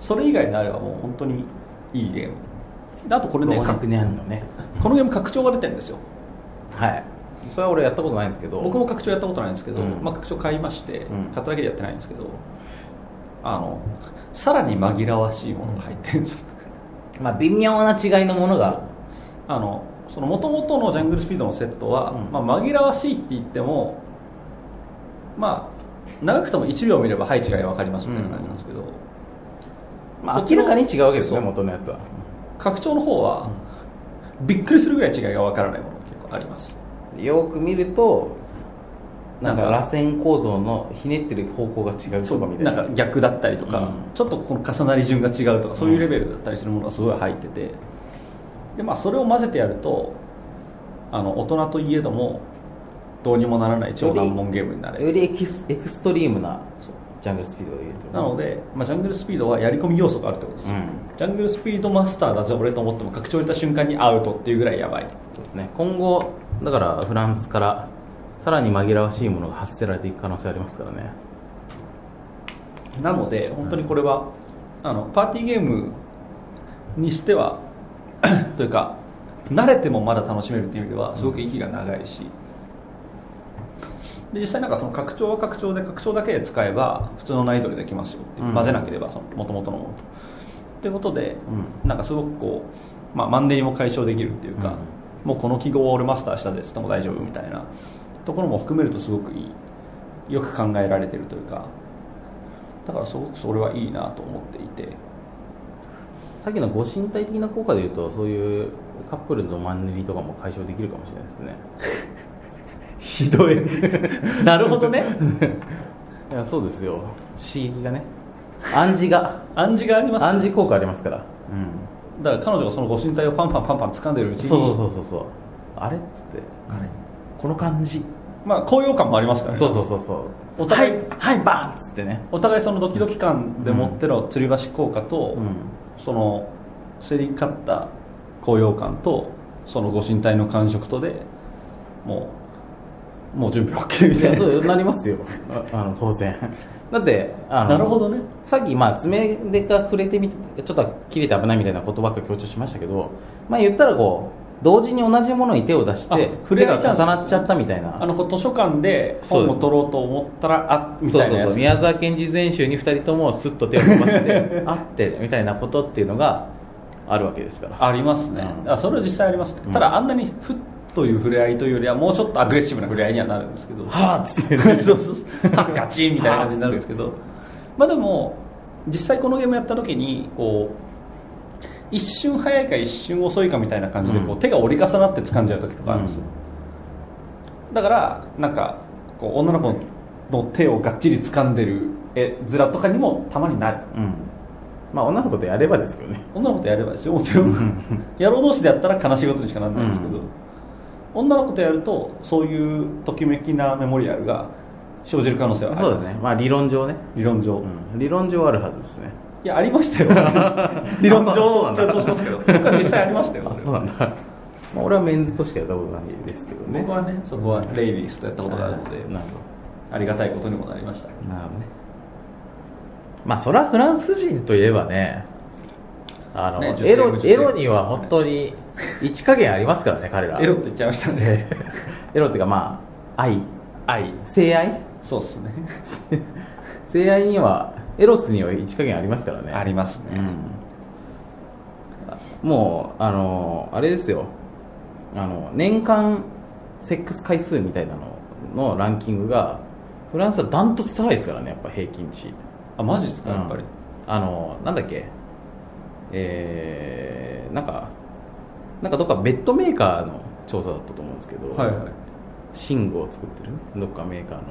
[SPEAKER 3] それ以外であればもう本当にいいゲームであとこれね
[SPEAKER 2] 老若男女ね
[SPEAKER 3] このゲーム拡張が出てるんですよ
[SPEAKER 2] はいそれは俺やったことないんですけど
[SPEAKER 3] 僕も拡張やったことないんですけど、
[SPEAKER 2] うん
[SPEAKER 3] まあ、拡張買いまして、
[SPEAKER 2] ん
[SPEAKER 3] 買っただけでやってないんですけどあのさらに紛らわしいものが入ってるんです、
[SPEAKER 2] まあ微妙な違いのものが
[SPEAKER 3] あのその元々のジャングルスピードのセットは、
[SPEAKER 2] うん
[SPEAKER 3] まあ、紛らわしいって言ってもまあ長くても1秒見れば配置が分かりますみたいな感じなんですけど、
[SPEAKER 2] まあ明らかに違うわけです
[SPEAKER 3] そ
[SPEAKER 2] ね元のやつは
[SPEAKER 3] 拡張の方は、びっくりするぐらい違いが分からないものが結構あります
[SPEAKER 2] よく見るとなんか
[SPEAKER 3] なんか
[SPEAKER 2] 螺旋構造のひねってる方向が違うとかみたい
[SPEAKER 3] な
[SPEAKER 2] なん
[SPEAKER 3] か逆だったりとか、
[SPEAKER 2] うん
[SPEAKER 3] ちょっとこの重なり順が違うとかそういうレベルだったりするものがすごい入っててで、まあ、それを混ぜてやるとあの大人といえどもどうにもならない超難問ゲームになれ
[SPEAKER 2] よ
[SPEAKER 3] る
[SPEAKER 2] りエキスエクストリームな
[SPEAKER 3] そう
[SPEAKER 2] ジャングルスピードで言うと
[SPEAKER 3] なので、まあ、ジャングルスピードはやり込み要素があるってことです、
[SPEAKER 2] うん
[SPEAKER 3] ジャングルスピードマスターだぜ俺と思っても拡張入れた瞬間にアウトっていうぐらいやばい
[SPEAKER 2] そうですね今後だからフランスからさらに紛らわしいものが発せられていく可能性ありますからね
[SPEAKER 3] なので本当にこれは、あのパーティーゲームにしては というか慣れてもまだ楽しめるっていう意味ではすごく息が長いし、で実際なんかその拡張は拡張で拡張だけで使えば普通のナイトでできますよっていう、
[SPEAKER 2] うん
[SPEAKER 3] 混ぜなければその元々のものと。ってことで、
[SPEAKER 2] うん
[SPEAKER 3] なんかすごくこう、まあ、マンネリも解消できるっていうか、もうこの記号を俺マスターしたぜっつっても大丈夫みたいなところも含めるとすごくいいよく考えられてるというかだからすごくそれはいいなと思っていて
[SPEAKER 2] さっきのご身体的な効果でいうとそういうカップルのマンネリとかも解消できるかもしれないですね
[SPEAKER 3] ひどい なるほどね
[SPEAKER 2] いやそうですよ刺激がね暗示が
[SPEAKER 3] 暗示があります
[SPEAKER 2] 暗示効果ありますから、うん、
[SPEAKER 3] だから彼女がそのご身体をパンパンパンパン掴んでるうちに
[SPEAKER 2] そうそうそうそうそうあれっつって
[SPEAKER 3] あれ
[SPEAKER 2] この感じ
[SPEAKER 3] まあ高揚感もありますからね
[SPEAKER 2] そうそうそうそう
[SPEAKER 3] お互い
[SPEAKER 2] はいバーンっつってね
[SPEAKER 3] お互いそのドキドキ感で持っての吊り橋効果と、
[SPEAKER 2] うん
[SPEAKER 3] その競り勝った高揚感とそのご身体の感触とでもうもう準備 OK み
[SPEAKER 2] い
[SPEAKER 3] た
[SPEAKER 2] や
[SPEAKER 3] いな
[SPEAKER 2] そうなりますよああの当然だってあの
[SPEAKER 3] なるほどね
[SPEAKER 2] さっき、まあ、爪が触れてみてちょっと切れて危ないみたいなことばっか強調しましたけど、まあ、言ったらこう同時に同じものに手を出し
[SPEAKER 3] あ
[SPEAKER 2] て
[SPEAKER 3] 触
[SPEAKER 2] 触れ
[SPEAKER 3] れ合
[SPEAKER 2] が
[SPEAKER 3] いチャ
[SPEAKER 2] 重
[SPEAKER 3] ンスですね
[SPEAKER 2] なっちゃったみたいな
[SPEAKER 3] あのこう図書館で本を取ろうと思ったらあみ
[SPEAKER 2] そ
[SPEAKER 3] た
[SPEAKER 2] う
[SPEAKER 3] いな
[SPEAKER 2] そう
[SPEAKER 3] や
[SPEAKER 2] そ
[SPEAKER 3] つ
[SPEAKER 2] う宮沢賢治全集に2人ともスッと手を伸ばして あってみたいなことっていうのがあるわけですから
[SPEAKER 3] ありますね、
[SPEAKER 2] うん
[SPEAKER 3] あそれは実際ありますね、
[SPEAKER 2] うん
[SPEAKER 3] ただあんなにふっという触れ合いというよりはもうちょっとアグレッシブな触れ合いにはなるんですけど
[SPEAKER 2] はあっつってね
[SPEAKER 3] そうそうそうはっガチンみたいな感じになるんですけどまあでも実際このゲームやった時にこう一瞬早いか一瞬遅いかみたいな感じでこう、
[SPEAKER 2] うん
[SPEAKER 3] 手が折り重なって掴んじゃう時とかあるんですよ、だからなんかこう女の子の手をがっちり掴んでる絵面とかにもたまになる
[SPEAKER 2] うん、まあ女の子とやればですけどね
[SPEAKER 3] 女の子とやればですよもちろ ん野郎同士でやったら悲しいことにしかならないんですけど、
[SPEAKER 2] うん
[SPEAKER 3] 女の子とやるとそういうときめきなメモリアルが生じる可能性はあ
[SPEAKER 2] そう
[SPEAKER 3] り
[SPEAKER 2] で
[SPEAKER 3] ます
[SPEAKER 2] すねまあ理論上ね、
[SPEAKER 3] 理論上、
[SPEAKER 2] うん、理論上あるはずですね
[SPEAKER 3] いやありま したよ理論上強調しますけ ど僕は実際ありましたよ
[SPEAKER 2] あ
[SPEAKER 3] そ
[SPEAKER 2] そ
[SPEAKER 3] れ
[SPEAKER 2] う
[SPEAKER 3] は
[SPEAKER 2] なんだ、まあ、俺はメンズとしかやったことないですけどね
[SPEAKER 3] 僕はねそこはレイディースとやったことがあるので
[SPEAKER 2] なるほ
[SPEAKER 3] ありがたいことにもなりました
[SPEAKER 2] どなるほどねまあそれはフランス人といえばねあの
[SPEAKER 3] ねちょっと
[SPEAKER 2] エロ
[SPEAKER 3] 英語
[SPEAKER 2] エロには本当に一加減ありますからね彼ら
[SPEAKER 3] エロって言っちゃいましたね
[SPEAKER 2] えーエロっていうかまあ愛
[SPEAKER 3] 愛
[SPEAKER 2] 性愛
[SPEAKER 3] そうっすね
[SPEAKER 2] 性愛にはエロスには一加減ありますからね
[SPEAKER 3] あります
[SPEAKER 2] う
[SPEAKER 3] ね
[SPEAKER 2] んもうあのあれですよあの年間セックス回数みたいなののランキングがフランスはダントツ高いですからねやっぱ平均値
[SPEAKER 3] あマジですかやっぱり
[SPEAKER 2] うんあのなんだっけえー、なんかなんかどっかベッドメーカーの調査だったと思うんですけど、
[SPEAKER 3] はいはい
[SPEAKER 2] 寝具を作ってるねどっかメーカーの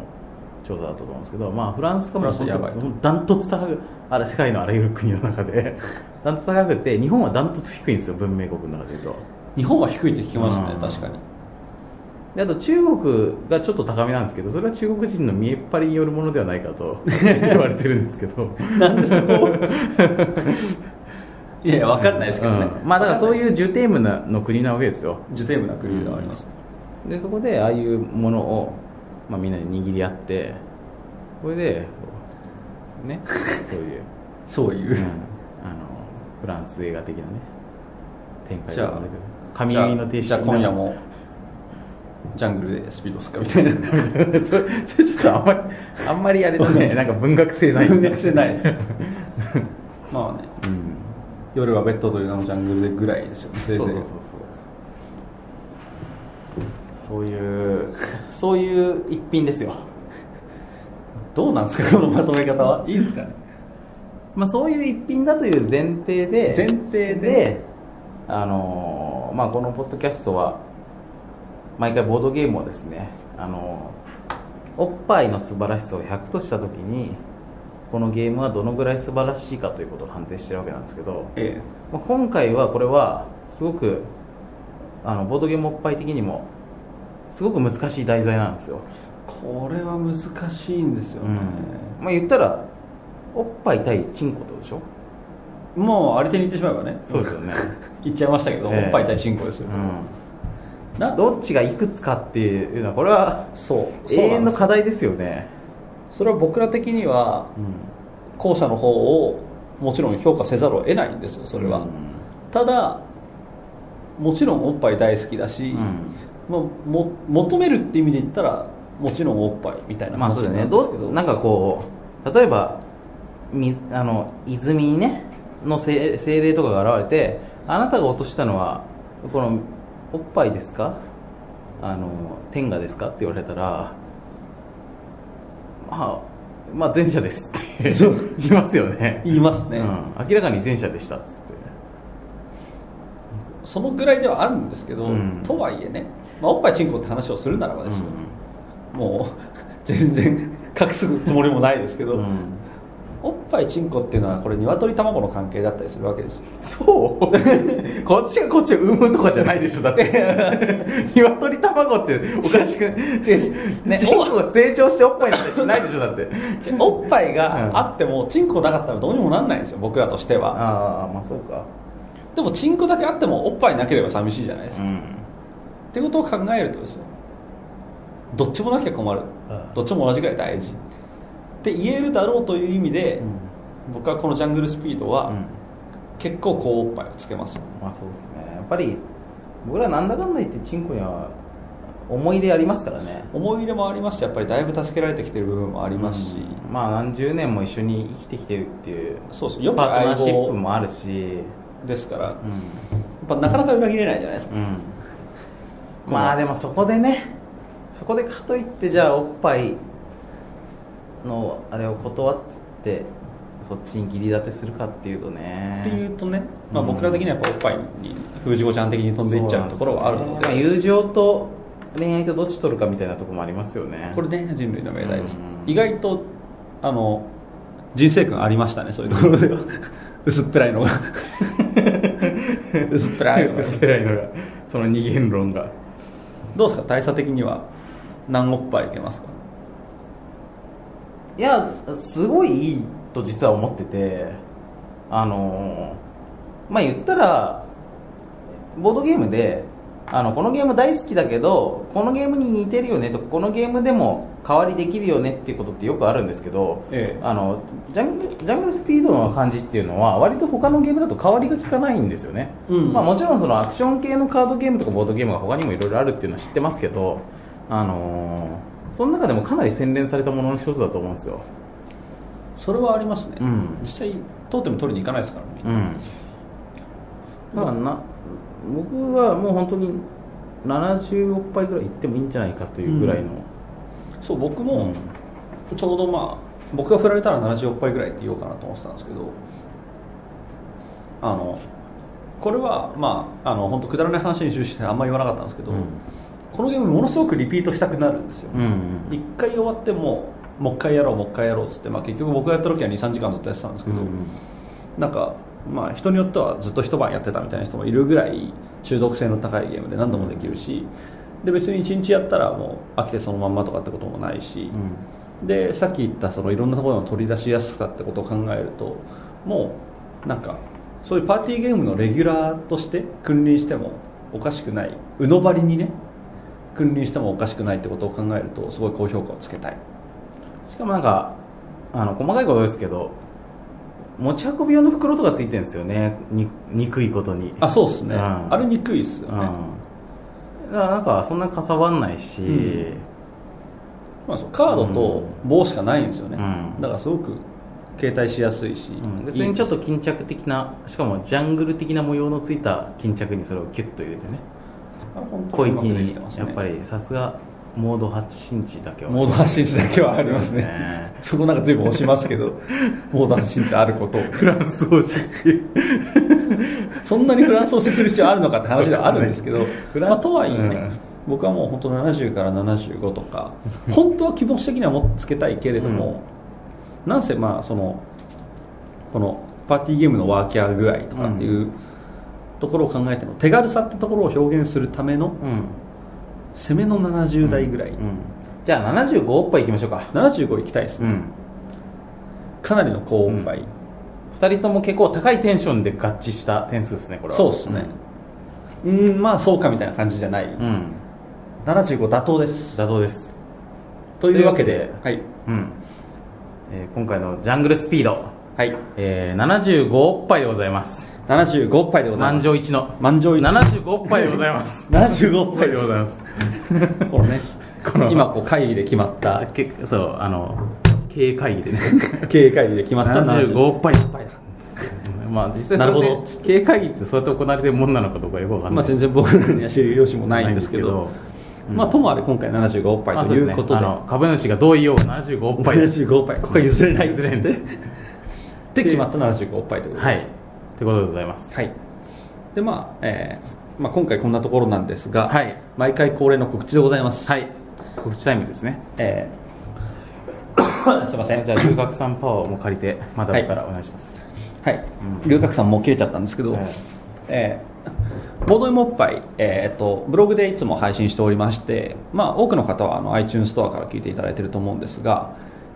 [SPEAKER 2] 調査だったと思うんですけど、まあ、フランスがもう
[SPEAKER 3] フランスやばいと
[SPEAKER 2] 本当ダントツ高くあれ世界のあらゆる国の中で ダントツ高くて日本はダントツ低いんですよ文明国の中でいうと
[SPEAKER 3] 日本は低いって聞きますね
[SPEAKER 2] うん
[SPEAKER 3] 確かに
[SPEAKER 2] であと中国がちょっと高めなんですけどそれは中国人の見えっ張りによるものではないか と言われてるんですけど
[SPEAKER 3] なんでそこいやいや分かんないですけどね
[SPEAKER 2] うんまあだからそう
[SPEAKER 3] う
[SPEAKER 2] いうジュテームなの国なわけですよ
[SPEAKER 3] 受定部な国ではあります
[SPEAKER 2] でそこでああいうものを、まあ、みんなで握り合ってこれで ねそういう
[SPEAKER 3] そういう
[SPEAKER 2] あのフランス映画的なね展開
[SPEAKER 3] じゃあ
[SPEAKER 2] 神々の停止
[SPEAKER 3] じゃあじゃあ今夜もジャングルでスピードスカみたいな
[SPEAKER 2] それそれちょっとあんまりあんまりあれだねなんか文学性ない
[SPEAKER 3] 文学性 ない ですまあね
[SPEAKER 2] うん
[SPEAKER 3] 夜はベッドという名のジャングルでぐらいですよねせいぜい
[SPEAKER 2] そうそうそうそうそういうそういう一品ですよ
[SPEAKER 3] どうなん ですかこのまとめ方はいいですかね
[SPEAKER 2] まあそういう一品だという前提で
[SPEAKER 3] 前提で
[SPEAKER 2] あのーまあこのポッドキャストは毎回ボードゲームをですねあのーおっぱいの素晴らしさを100とした時にこのゲームはどのぐらい素晴らしいかということを判定してるわけなんですけど、
[SPEAKER 3] え
[SPEAKER 2] まあ、今回はこれはすごくあのボードゲームおっぱい的にもすごく難しい題材なんですよ、
[SPEAKER 3] えこれは難しいんですよ
[SPEAKER 2] う
[SPEAKER 3] ね
[SPEAKER 2] ん、まあ言ったらおっぱい対チンコってことでしょ
[SPEAKER 3] もうあり手に言ってしまえばね
[SPEAKER 2] そうですよね、
[SPEAKER 3] 言っちゃいましたけど、
[SPEAKER 2] ええ
[SPEAKER 3] おっぱい対チンコです
[SPEAKER 2] う
[SPEAKER 3] よ、
[SPEAKER 2] ん
[SPEAKER 3] な
[SPEAKER 2] どっちがいくつかっていうのはこれは
[SPEAKER 3] そう
[SPEAKER 2] 永
[SPEAKER 3] そうな
[SPEAKER 2] 遠
[SPEAKER 3] ん
[SPEAKER 2] の
[SPEAKER 3] です
[SPEAKER 2] 課題ですよね、
[SPEAKER 3] それは僕ら的には後者の方をもちろん評価せざるを得ないんですよそれは、
[SPEAKER 2] うん
[SPEAKER 3] ただもちろんおっぱい大好きだし、
[SPEAKER 2] うん
[SPEAKER 3] まあ、も求めるって意味で言ったらもちろんおっぱいみたいな
[SPEAKER 2] まあ
[SPEAKER 3] 話
[SPEAKER 2] そう
[SPEAKER 3] なん
[SPEAKER 2] だね
[SPEAKER 3] ですけ
[SPEAKER 2] ど
[SPEAKER 3] ど,、
[SPEAKER 2] うなんかこう例えばみあの泉にねの精精霊とかが現れてあなたが落としたのはこのおっぱいですかあの天下ですかって言われたらまあまあ前者ですって 言いますよね
[SPEAKER 3] 言いますね、
[SPEAKER 2] うん、明らかに前者でしたっつって
[SPEAKER 3] そのぐらいではあるんですけど、
[SPEAKER 2] うん
[SPEAKER 3] とはいえね、まあ、おっぱいチンコって話をするならばですよ、もう 全然隠すつもりもないですけど、
[SPEAKER 2] うんうん
[SPEAKER 3] おっぱいチンコっていうのはこれ鶏卵の関係だったりするわけですよ
[SPEAKER 2] そう こっちがこっちを産むとかじゃないでしょだって鶏卵っておかしくね
[SPEAKER 3] ね
[SPEAKER 2] チンコが成長しておっぱいになったりしないでしょだって
[SPEAKER 3] おっぱい
[SPEAKER 2] うん
[SPEAKER 3] があってもチンコなかったらどうにもなんないんですよ僕らとしては
[SPEAKER 2] ああまあそうか
[SPEAKER 3] でもチンコだけあってもおっぱいなければ寂しいじゃないですか、
[SPEAKER 2] ん
[SPEAKER 3] ってことを考えるとですよどっちもなきゃ困る、
[SPEAKER 2] うん
[SPEAKER 3] どっちも同じぐらい大事って言えるだろうという意味で、僕はこのジャングルスピードは、
[SPEAKER 2] うん
[SPEAKER 3] 結構こうおっぱいをつけますよ
[SPEAKER 2] まあそうですねやっぱり僕らなんだかんだ言ってチンコには思い入れありますからね
[SPEAKER 3] 思い入れもありますしやっぱりだいぶ助けられてきてる部分もありますし、
[SPEAKER 2] うんまあ何十年も一緒に生きてきてるっていう
[SPEAKER 3] そうそうよく
[SPEAKER 2] パート
[SPEAKER 3] 相
[SPEAKER 2] ナーシップ
[SPEAKER 3] 棒
[SPEAKER 2] もあるし
[SPEAKER 3] ですからや
[SPEAKER 2] うん
[SPEAKER 3] っぱなかなか裏切れないじゃないですか
[SPEAKER 2] うん、まあでもそこでねそこでかといってじゃあおっぱいのあれを断ってそっちに義理立てするかっていうとね
[SPEAKER 3] っていうとね、まあ、
[SPEAKER 2] うん
[SPEAKER 3] 僕ら的にはやっぱおっぱいに藤子ちゃん的に飛んでいっちゃうところはあるので
[SPEAKER 2] ま友情と恋愛とどっち取るかみたいなところもありますよね
[SPEAKER 3] これね人類の命題です、
[SPEAKER 2] うん
[SPEAKER 3] 意外とあの人生観ありましたねそういうところでは 薄っぺらいの が薄っぺらいのが
[SPEAKER 2] 薄っぺらいのがその二元論が
[SPEAKER 3] どうですか大佐的には何おっぱいいけますか
[SPEAKER 2] いやすごいいいと実は思っててあのーまあ言ったらボードゲームであのこのゲーム大好きだけどこのゲームに似てるよねとかこのゲームでも代わりできるよねっていうことってよくあるんですけど、
[SPEAKER 3] ええ
[SPEAKER 2] あのジャングジャングルスピードの感じっていうのは割と他のゲームだと代わりが効かないんですよね、
[SPEAKER 3] うん
[SPEAKER 2] まあ、もちろんそのアクション系のカードゲームとかボードゲームが他にもいろいろあるっていうのは知ってますけど、あのーその中でもかなり洗練されたものの一つだと思うんですよ、
[SPEAKER 3] それはありますね、
[SPEAKER 2] うん
[SPEAKER 3] 実際トーテム取りに行かないですからね、
[SPEAKER 2] うん、だからな僕はもう本当に70おっぱいぐらいいってもいいんじゃないかというぐらいの、
[SPEAKER 3] そう僕
[SPEAKER 2] う
[SPEAKER 3] も
[SPEAKER 2] ん
[SPEAKER 3] ちょうどまあ僕が振られたら70おっぱいぐらいって言おうかなと思ってたんですけどあのこれはまああの本当くだらない話に終始してあんまり言わなかったんですけど、
[SPEAKER 2] うん
[SPEAKER 3] このゲームものすごくリピートしたくなるんですよ、
[SPEAKER 2] うんうん
[SPEAKER 3] 一回終わってももう一回やろうもう一回やろうっつって、まあ、結局僕がやった時は23時間ずっとやってたんですけど、なんかまあ人によってはずっと一晩やってたみたいな人もいるぐらい中毒性の高いゲームで何度もできるし、で別に1日やったらもう飽きてそのまんまとかってこともないし、でさっき言ったそのいろんなところの取り出しやすさってことを考えるともうなんかそういうパーティーゲームのレギュラーとして君臨してもおかしくない鵜の張りにね君臨してもおかしくないってことを考えるとすごい高評価をつけたい
[SPEAKER 2] しかもなんかあの細かいことですけど持ち運び用の袋とかついてるんですよねに憎いことに
[SPEAKER 3] あそうですね、
[SPEAKER 2] うん
[SPEAKER 3] あれにくいっすよ
[SPEAKER 2] う
[SPEAKER 3] ね、
[SPEAKER 2] んだからなんかそんなかさばんないし、
[SPEAKER 3] うんまあ、そうカードと棒しかないんですよね、
[SPEAKER 2] うん
[SPEAKER 3] だからすごく携帯しやすいし、
[SPEAKER 2] うんでそれにちょっと巾着的なしかもジャングル的な模様のついた巾着にそれをキュッと入れてね
[SPEAKER 3] あれ本当
[SPEAKER 2] 小
[SPEAKER 3] にう
[SPEAKER 2] 池
[SPEAKER 3] まくでき
[SPEAKER 2] に
[SPEAKER 3] てます
[SPEAKER 2] や
[SPEAKER 3] ね
[SPEAKER 2] っぱりさすがモード8新地だけは
[SPEAKER 3] モード発信地だけはありますね
[SPEAKER 2] そうですね
[SPEAKER 3] そこなんか随分押します けどモード発信地あることを
[SPEAKER 2] フランス王子っていう
[SPEAKER 3] そんなにフランスを推する必要あるのかって話ではあるんですけど
[SPEAKER 2] 、フランス
[SPEAKER 3] まあ、とはいえね、
[SPEAKER 2] うん
[SPEAKER 3] 僕はもう本当70から75とか本当は気持ち的にはもっとつけたいけれども、なんせまあそのこのパーティーゲームのワーキャー具合とかっていう、ところを考えての手軽さってところを表現するための
[SPEAKER 2] うん
[SPEAKER 3] 攻めの70代ぐらい、
[SPEAKER 2] うんじゃあ75おっぱいいきましょうか
[SPEAKER 3] 75いきたいです
[SPEAKER 2] う
[SPEAKER 3] ね、
[SPEAKER 2] ん
[SPEAKER 3] かなりの高音杯、
[SPEAKER 2] 2人とも結構高いテンションで合致した点数ですねこれは
[SPEAKER 3] そうですねうんまあそうかみたいな感じじゃない、
[SPEAKER 2] うん
[SPEAKER 3] 75妥当です
[SPEAKER 2] 妥当です
[SPEAKER 3] というわけでは
[SPEAKER 2] と
[SPEAKER 3] い
[SPEAKER 2] うん、えー今回のジャングルスピード、
[SPEAKER 3] はい
[SPEAKER 2] えー75おっぱいでございます
[SPEAKER 3] 75億杯でござい
[SPEAKER 2] 満
[SPEAKER 3] ます
[SPEAKER 2] 場一の
[SPEAKER 3] 満場一
[SPEAKER 2] 75億杯でございます
[SPEAKER 3] 75億
[SPEAKER 2] 億
[SPEAKER 3] 杯
[SPEAKER 2] 杯
[SPEAKER 3] で
[SPEAKER 2] で
[SPEAKER 3] ご
[SPEAKER 2] ご
[SPEAKER 3] ざいま
[SPEAKER 2] ざいますす
[SPEAKER 3] このね
[SPEAKER 2] この
[SPEAKER 3] 今こう会議で決まった
[SPEAKER 2] けそうあの経営会議でね
[SPEAKER 3] 経営会議で決まった
[SPEAKER 2] 75億杯まあ実際
[SPEAKER 3] なる
[SPEAKER 2] そ
[SPEAKER 3] ほ
[SPEAKER 2] れ
[SPEAKER 3] ど
[SPEAKER 2] で経営会議ってそうやって行われてるもんなのかどうかよくわかん
[SPEAKER 3] ま
[SPEAKER 2] な
[SPEAKER 3] あ、
[SPEAKER 2] い
[SPEAKER 3] 全然僕らには知る由もないんですけ
[SPEAKER 2] な
[SPEAKER 3] ど
[SPEAKER 2] いんですけどうん
[SPEAKER 3] まあ、ともあれ今回75億杯
[SPEAKER 2] まあ
[SPEAKER 3] と
[SPEAKER 2] そう
[SPEAKER 3] い
[SPEAKER 2] です
[SPEAKER 3] う
[SPEAKER 2] ね
[SPEAKER 3] ことで,、
[SPEAKER 2] あの株主が同意を75億 杯です
[SPEAKER 3] 75億杯 ここは譲れないですね
[SPEAKER 2] 譲れない
[SPEAKER 3] で決まった75億杯ということで、
[SPEAKER 2] はいということでございます
[SPEAKER 3] はいでまあえーまあ、今回こんなところなんですが、
[SPEAKER 2] はい
[SPEAKER 3] 毎回恒例の告知でございます、
[SPEAKER 2] はい告知タイムですね
[SPEAKER 3] えー すいません
[SPEAKER 2] じゃあ龍角散パワーも借りてまだからお願いします
[SPEAKER 3] はい、龍角さんもう切れちゃったんですけど、
[SPEAKER 2] はい
[SPEAKER 3] えーボードイモッパイ、えー、とブログでいつも配信しておりまして、まあ、多くの方はあの iTunes ストアから聞いていただいていると思うんですが、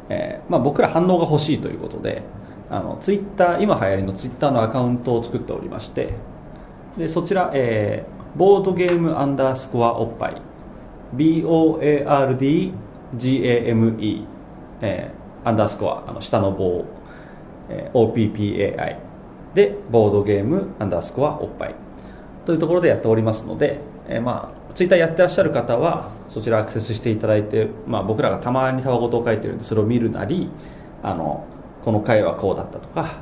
[SPEAKER 3] えーまあ、僕ら反応が欲しいということであのツイッター今流行りのツイッターのアカウントを作っておりましてでそちら、えーボードゲームアンダースコアおっぱい BOARDGAME、えーアンダースコアあの下の棒、えー OPPAI でボードゲームアンダースコアおっぱいというところでやっておりますので、えーまあ、ツイッターやってらっしゃる方はそちらアクセスしていただいて、まあ、僕らがたまにたわごとを書いてるんでそれを見るなりあのこの回はこうだったとか、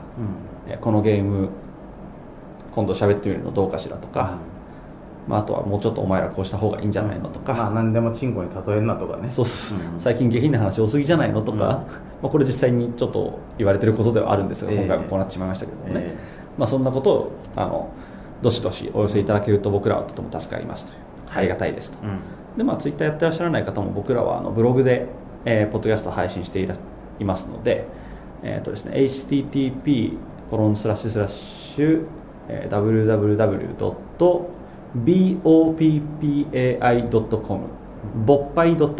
[SPEAKER 3] えーこのゲーム今度喋ってみるのどうかしらとか、まあ、あとはもうちょっとお前らこうした方がいいんじゃないのとか、
[SPEAKER 2] まあ何でもチンコに例えるなとかね
[SPEAKER 3] そうっす
[SPEAKER 2] うん
[SPEAKER 3] 最近下品な話多すぎじゃないのとか、
[SPEAKER 2] うん
[SPEAKER 3] まあ、これ実際にちょっと言われてることではあるんですが、
[SPEAKER 2] ええ
[SPEAKER 3] 今回もこうなってしまいましたけどもね、
[SPEAKER 2] え
[SPEAKER 3] まあ、そんなことをあのどしどしお寄せいただけると僕らはとても助かりますという、
[SPEAKER 2] はい
[SPEAKER 3] ありがたいですと、
[SPEAKER 2] うん
[SPEAKER 3] でまあ、ツイッターやってらっしゃらない方も僕らはあのブログで、えーポッドキャスト配信していらいますので,、えーとですね、http コロンスラッシュスラッシュえー www.boppai.com ぼっぱい .com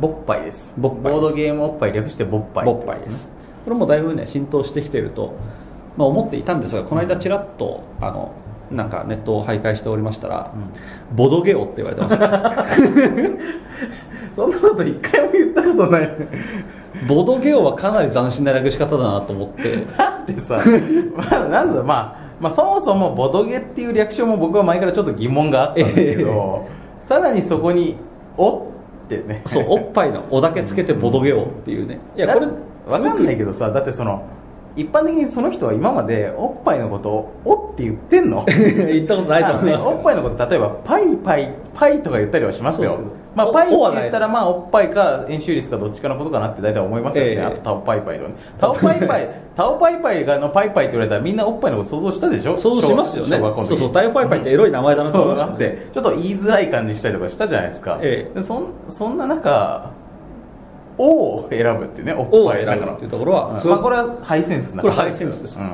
[SPEAKER 2] ボッパイです
[SPEAKER 3] ボッパイです
[SPEAKER 2] ボードゲームおっぱい略してボッパイ
[SPEAKER 3] ボッパイですこれもだいぶね浸透してきてると、まあ、思っていたんですがこの間ちらっとあのなんかネットを徘徊しておりましたら、ボドゲオって言われてました
[SPEAKER 2] そんなこと一回も言ったことない
[SPEAKER 3] ボドゲオはかなり斬新な略し方だなと思 って
[SPEAKER 2] だってさ、まあ、なんだまあ、まあ、そもそもボドゲっていう略称も僕は前からちょっと疑問があったんですけど、さらにそこに「お」ってね
[SPEAKER 3] そうおっぱいの「お」だけつけてボドゲオっていうねいや
[SPEAKER 2] だ
[SPEAKER 3] これ
[SPEAKER 2] わかんないけどさだってその一般的にその人は今までおっぱいのことを「お」って言ってんの
[SPEAKER 3] 言ったことないと思いますけど
[SPEAKER 2] あのねおっぱいのこと例えばパイパイパイとか言ったりはします
[SPEAKER 3] そう
[SPEAKER 2] よ
[SPEAKER 3] そう
[SPEAKER 2] まあ
[SPEAKER 3] お
[SPEAKER 2] パイって
[SPEAKER 3] おはない
[SPEAKER 2] 言ったらまあおっぱいか円周率かどっちかのことかなって大体思いますよね、
[SPEAKER 3] ええ
[SPEAKER 2] あとタオパイパイとかねタオパイパイタオパイパイがのパイパイって言われたらみんなおっぱいのこと想像したでしょ
[SPEAKER 3] そうしますよね
[SPEAKER 2] 小学校の時
[SPEAKER 3] そうそう「太陽パイパイ」ってエロい名前だなと
[SPEAKER 2] そ
[SPEAKER 3] 思
[SPEAKER 2] う
[SPEAKER 3] いま
[SPEAKER 2] だ
[SPEAKER 3] し、
[SPEAKER 2] った
[SPEAKER 3] ね、
[SPEAKER 2] てちょっと言いづらい感じしたりとかしたじゃないですか、
[SPEAKER 3] ええ
[SPEAKER 2] でそんそんな中「お」を選ぶっていうねおっ
[SPEAKER 3] 「お」を
[SPEAKER 2] ぱい
[SPEAKER 3] 選
[SPEAKER 2] だ
[SPEAKER 3] ぶ
[SPEAKER 2] から
[SPEAKER 3] っていうところはす
[SPEAKER 2] ま
[SPEAKER 3] ご
[SPEAKER 2] あ、
[SPEAKER 3] い
[SPEAKER 2] これはハイセンスな
[SPEAKER 3] これハイセンスです
[SPEAKER 2] うん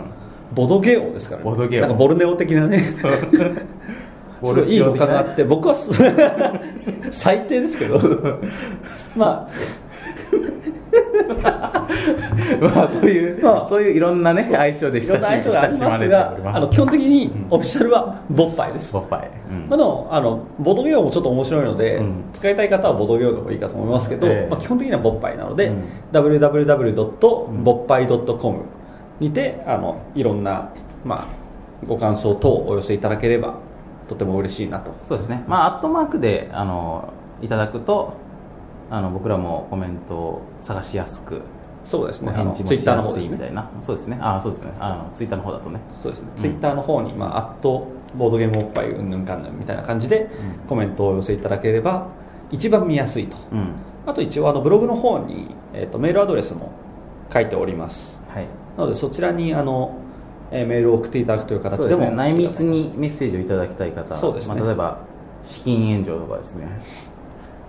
[SPEAKER 3] ボドゲオですからね
[SPEAKER 2] ボドゲオ
[SPEAKER 3] なんかボルネオ的な ねそれいい語感があって僕はす 最低ですけ どま
[SPEAKER 2] まあそういう、
[SPEAKER 3] まあ
[SPEAKER 2] そういういろんなね相性
[SPEAKER 3] あ
[SPEAKER 2] で
[SPEAKER 3] いろん
[SPEAKER 2] 親
[SPEAKER 3] な
[SPEAKER 2] し
[SPEAKER 3] 相性があります
[SPEAKER 2] 親しまれており
[SPEAKER 3] が
[SPEAKER 2] ま
[SPEAKER 3] あの
[SPEAKER 2] す
[SPEAKER 3] 基本的にオフィシャルはボッパイです、
[SPEAKER 2] ボッパイ、うん
[SPEAKER 3] まあ、でもあのボドゲオもちょっと面白いので、
[SPEAKER 2] うん
[SPEAKER 3] 使いたい方はボドゲオでもいいかと思いますけど、
[SPEAKER 2] ええ
[SPEAKER 3] まあ、基本的にはボッパイなので、
[SPEAKER 2] うん
[SPEAKER 3] www.boppai.com にてあのいろんな、まあ、ご感想等をお寄せいただければとても嬉しいなと
[SPEAKER 2] そうですねまあアットマークであのいただくとあの僕らもコメントを探しやすく
[SPEAKER 3] そうです
[SPEAKER 2] お
[SPEAKER 3] ねあ
[SPEAKER 2] 返
[SPEAKER 3] の
[SPEAKER 2] 事
[SPEAKER 3] ツ
[SPEAKER 2] も
[SPEAKER 3] イッ
[SPEAKER 2] し
[SPEAKER 3] ターの
[SPEAKER 2] や
[SPEAKER 3] 方
[SPEAKER 2] す
[SPEAKER 3] で
[SPEAKER 2] い
[SPEAKER 3] す
[SPEAKER 2] み
[SPEAKER 3] ね
[SPEAKER 2] たいな、そうですねあそうですねあのツイッターの方だとね
[SPEAKER 3] そうですね、
[SPEAKER 2] うん
[SPEAKER 3] ツイッターの方に、まあ、アットボードゲームおっぱいうんぬんかんぬんみたいな感じで
[SPEAKER 2] う
[SPEAKER 3] コメントをお寄せいただければ一番見やすいと、
[SPEAKER 2] うん
[SPEAKER 3] あと一応あのブログの方に、えー、とメールアドレスも書いております
[SPEAKER 2] はい
[SPEAKER 3] なのでそちらにあの、えーメールを送っていただくという形
[SPEAKER 2] そう
[SPEAKER 3] で
[SPEAKER 2] です
[SPEAKER 3] も
[SPEAKER 2] ね内密にメッセージをいただきたい方
[SPEAKER 3] そうですね
[SPEAKER 2] まあ、例えば資金援助とかですね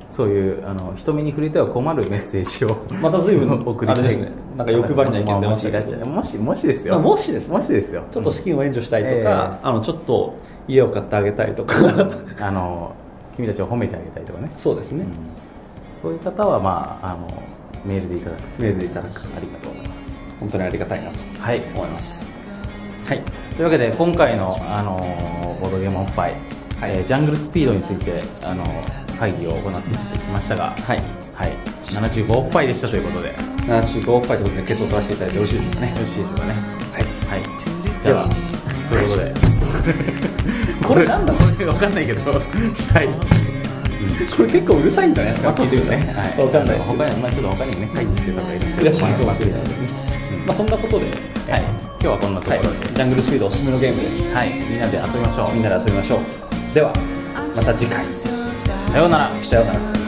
[SPEAKER 2] そういうあの人目に触れては困るメッセージを
[SPEAKER 3] また随分
[SPEAKER 2] 送りたい
[SPEAKER 3] あれですねなんか欲張りな意見出ましたけど
[SPEAKER 2] あもしもしですよ、
[SPEAKER 3] まあもしですね
[SPEAKER 2] もしですよ
[SPEAKER 3] ちょっと資金を援助したいと
[SPEAKER 2] え
[SPEAKER 3] か、あのちょっと家を買ってあげたいとか
[SPEAKER 2] あの君たちを褒めてあげたいとかね、
[SPEAKER 3] そうですね、
[SPEAKER 2] うんそういう方は、まあ、あのメールでいただくと
[SPEAKER 3] メールでいただく
[SPEAKER 2] ありがとうございます
[SPEAKER 3] 本当にありがたいなと
[SPEAKER 2] はい
[SPEAKER 3] 思いますはい
[SPEAKER 2] というわけで今回の、あのボードゲームおっぱい、えージャングルスピードについて、あの会議を行ってきましたが、
[SPEAKER 3] はい
[SPEAKER 2] はい、75おっぱいでしたということで、よ
[SPEAKER 3] 75億杯ということで結を取らせていただいてよろしいですかね
[SPEAKER 2] ろしいでしょうかね。
[SPEAKER 3] はい
[SPEAKER 2] はい、
[SPEAKER 3] で
[SPEAKER 2] じゃ
[SPEAKER 3] は
[SPEAKER 2] あ、それ これなんだこれわかんないけどしたい
[SPEAKER 3] これ結構うるさいんじゃないです
[SPEAKER 2] ま
[SPEAKER 3] か、
[SPEAKER 2] あそうですよね
[SPEAKER 3] 聞いて
[SPEAKER 2] わ
[SPEAKER 3] みたらわかんないですけど
[SPEAKER 2] 他にまあちょっと他にね会議してた方がいらっしゃ
[SPEAKER 3] いら
[SPEAKER 2] る
[SPEAKER 3] っしゃるかも
[SPEAKER 2] と思いま
[SPEAKER 3] し
[SPEAKER 2] す
[SPEAKER 3] れ
[SPEAKER 2] け
[SPEAKER 3] な
[SPEAKER 2] ど
[SPEAKER 3] いまあそんなことで、
[SPEAKER 2] はい今日はこんなとこ
[SPEAKER 3] は
[SPEAKER 2] ろ
[SPEAKER 3] い
[SPEAKER 2] で、
[SPEAKER 3] ジャングルスピードおすすめのゲームです
[SPEAKER 2] はい、みんなで遊びましょう
[SPEAKER 3] みんなで遊びましょう
[SPEAKER 2] では
[SPEAKER 3] また次回
[SPEAKER 2] さようなら
[SPEAKER 3] さようなら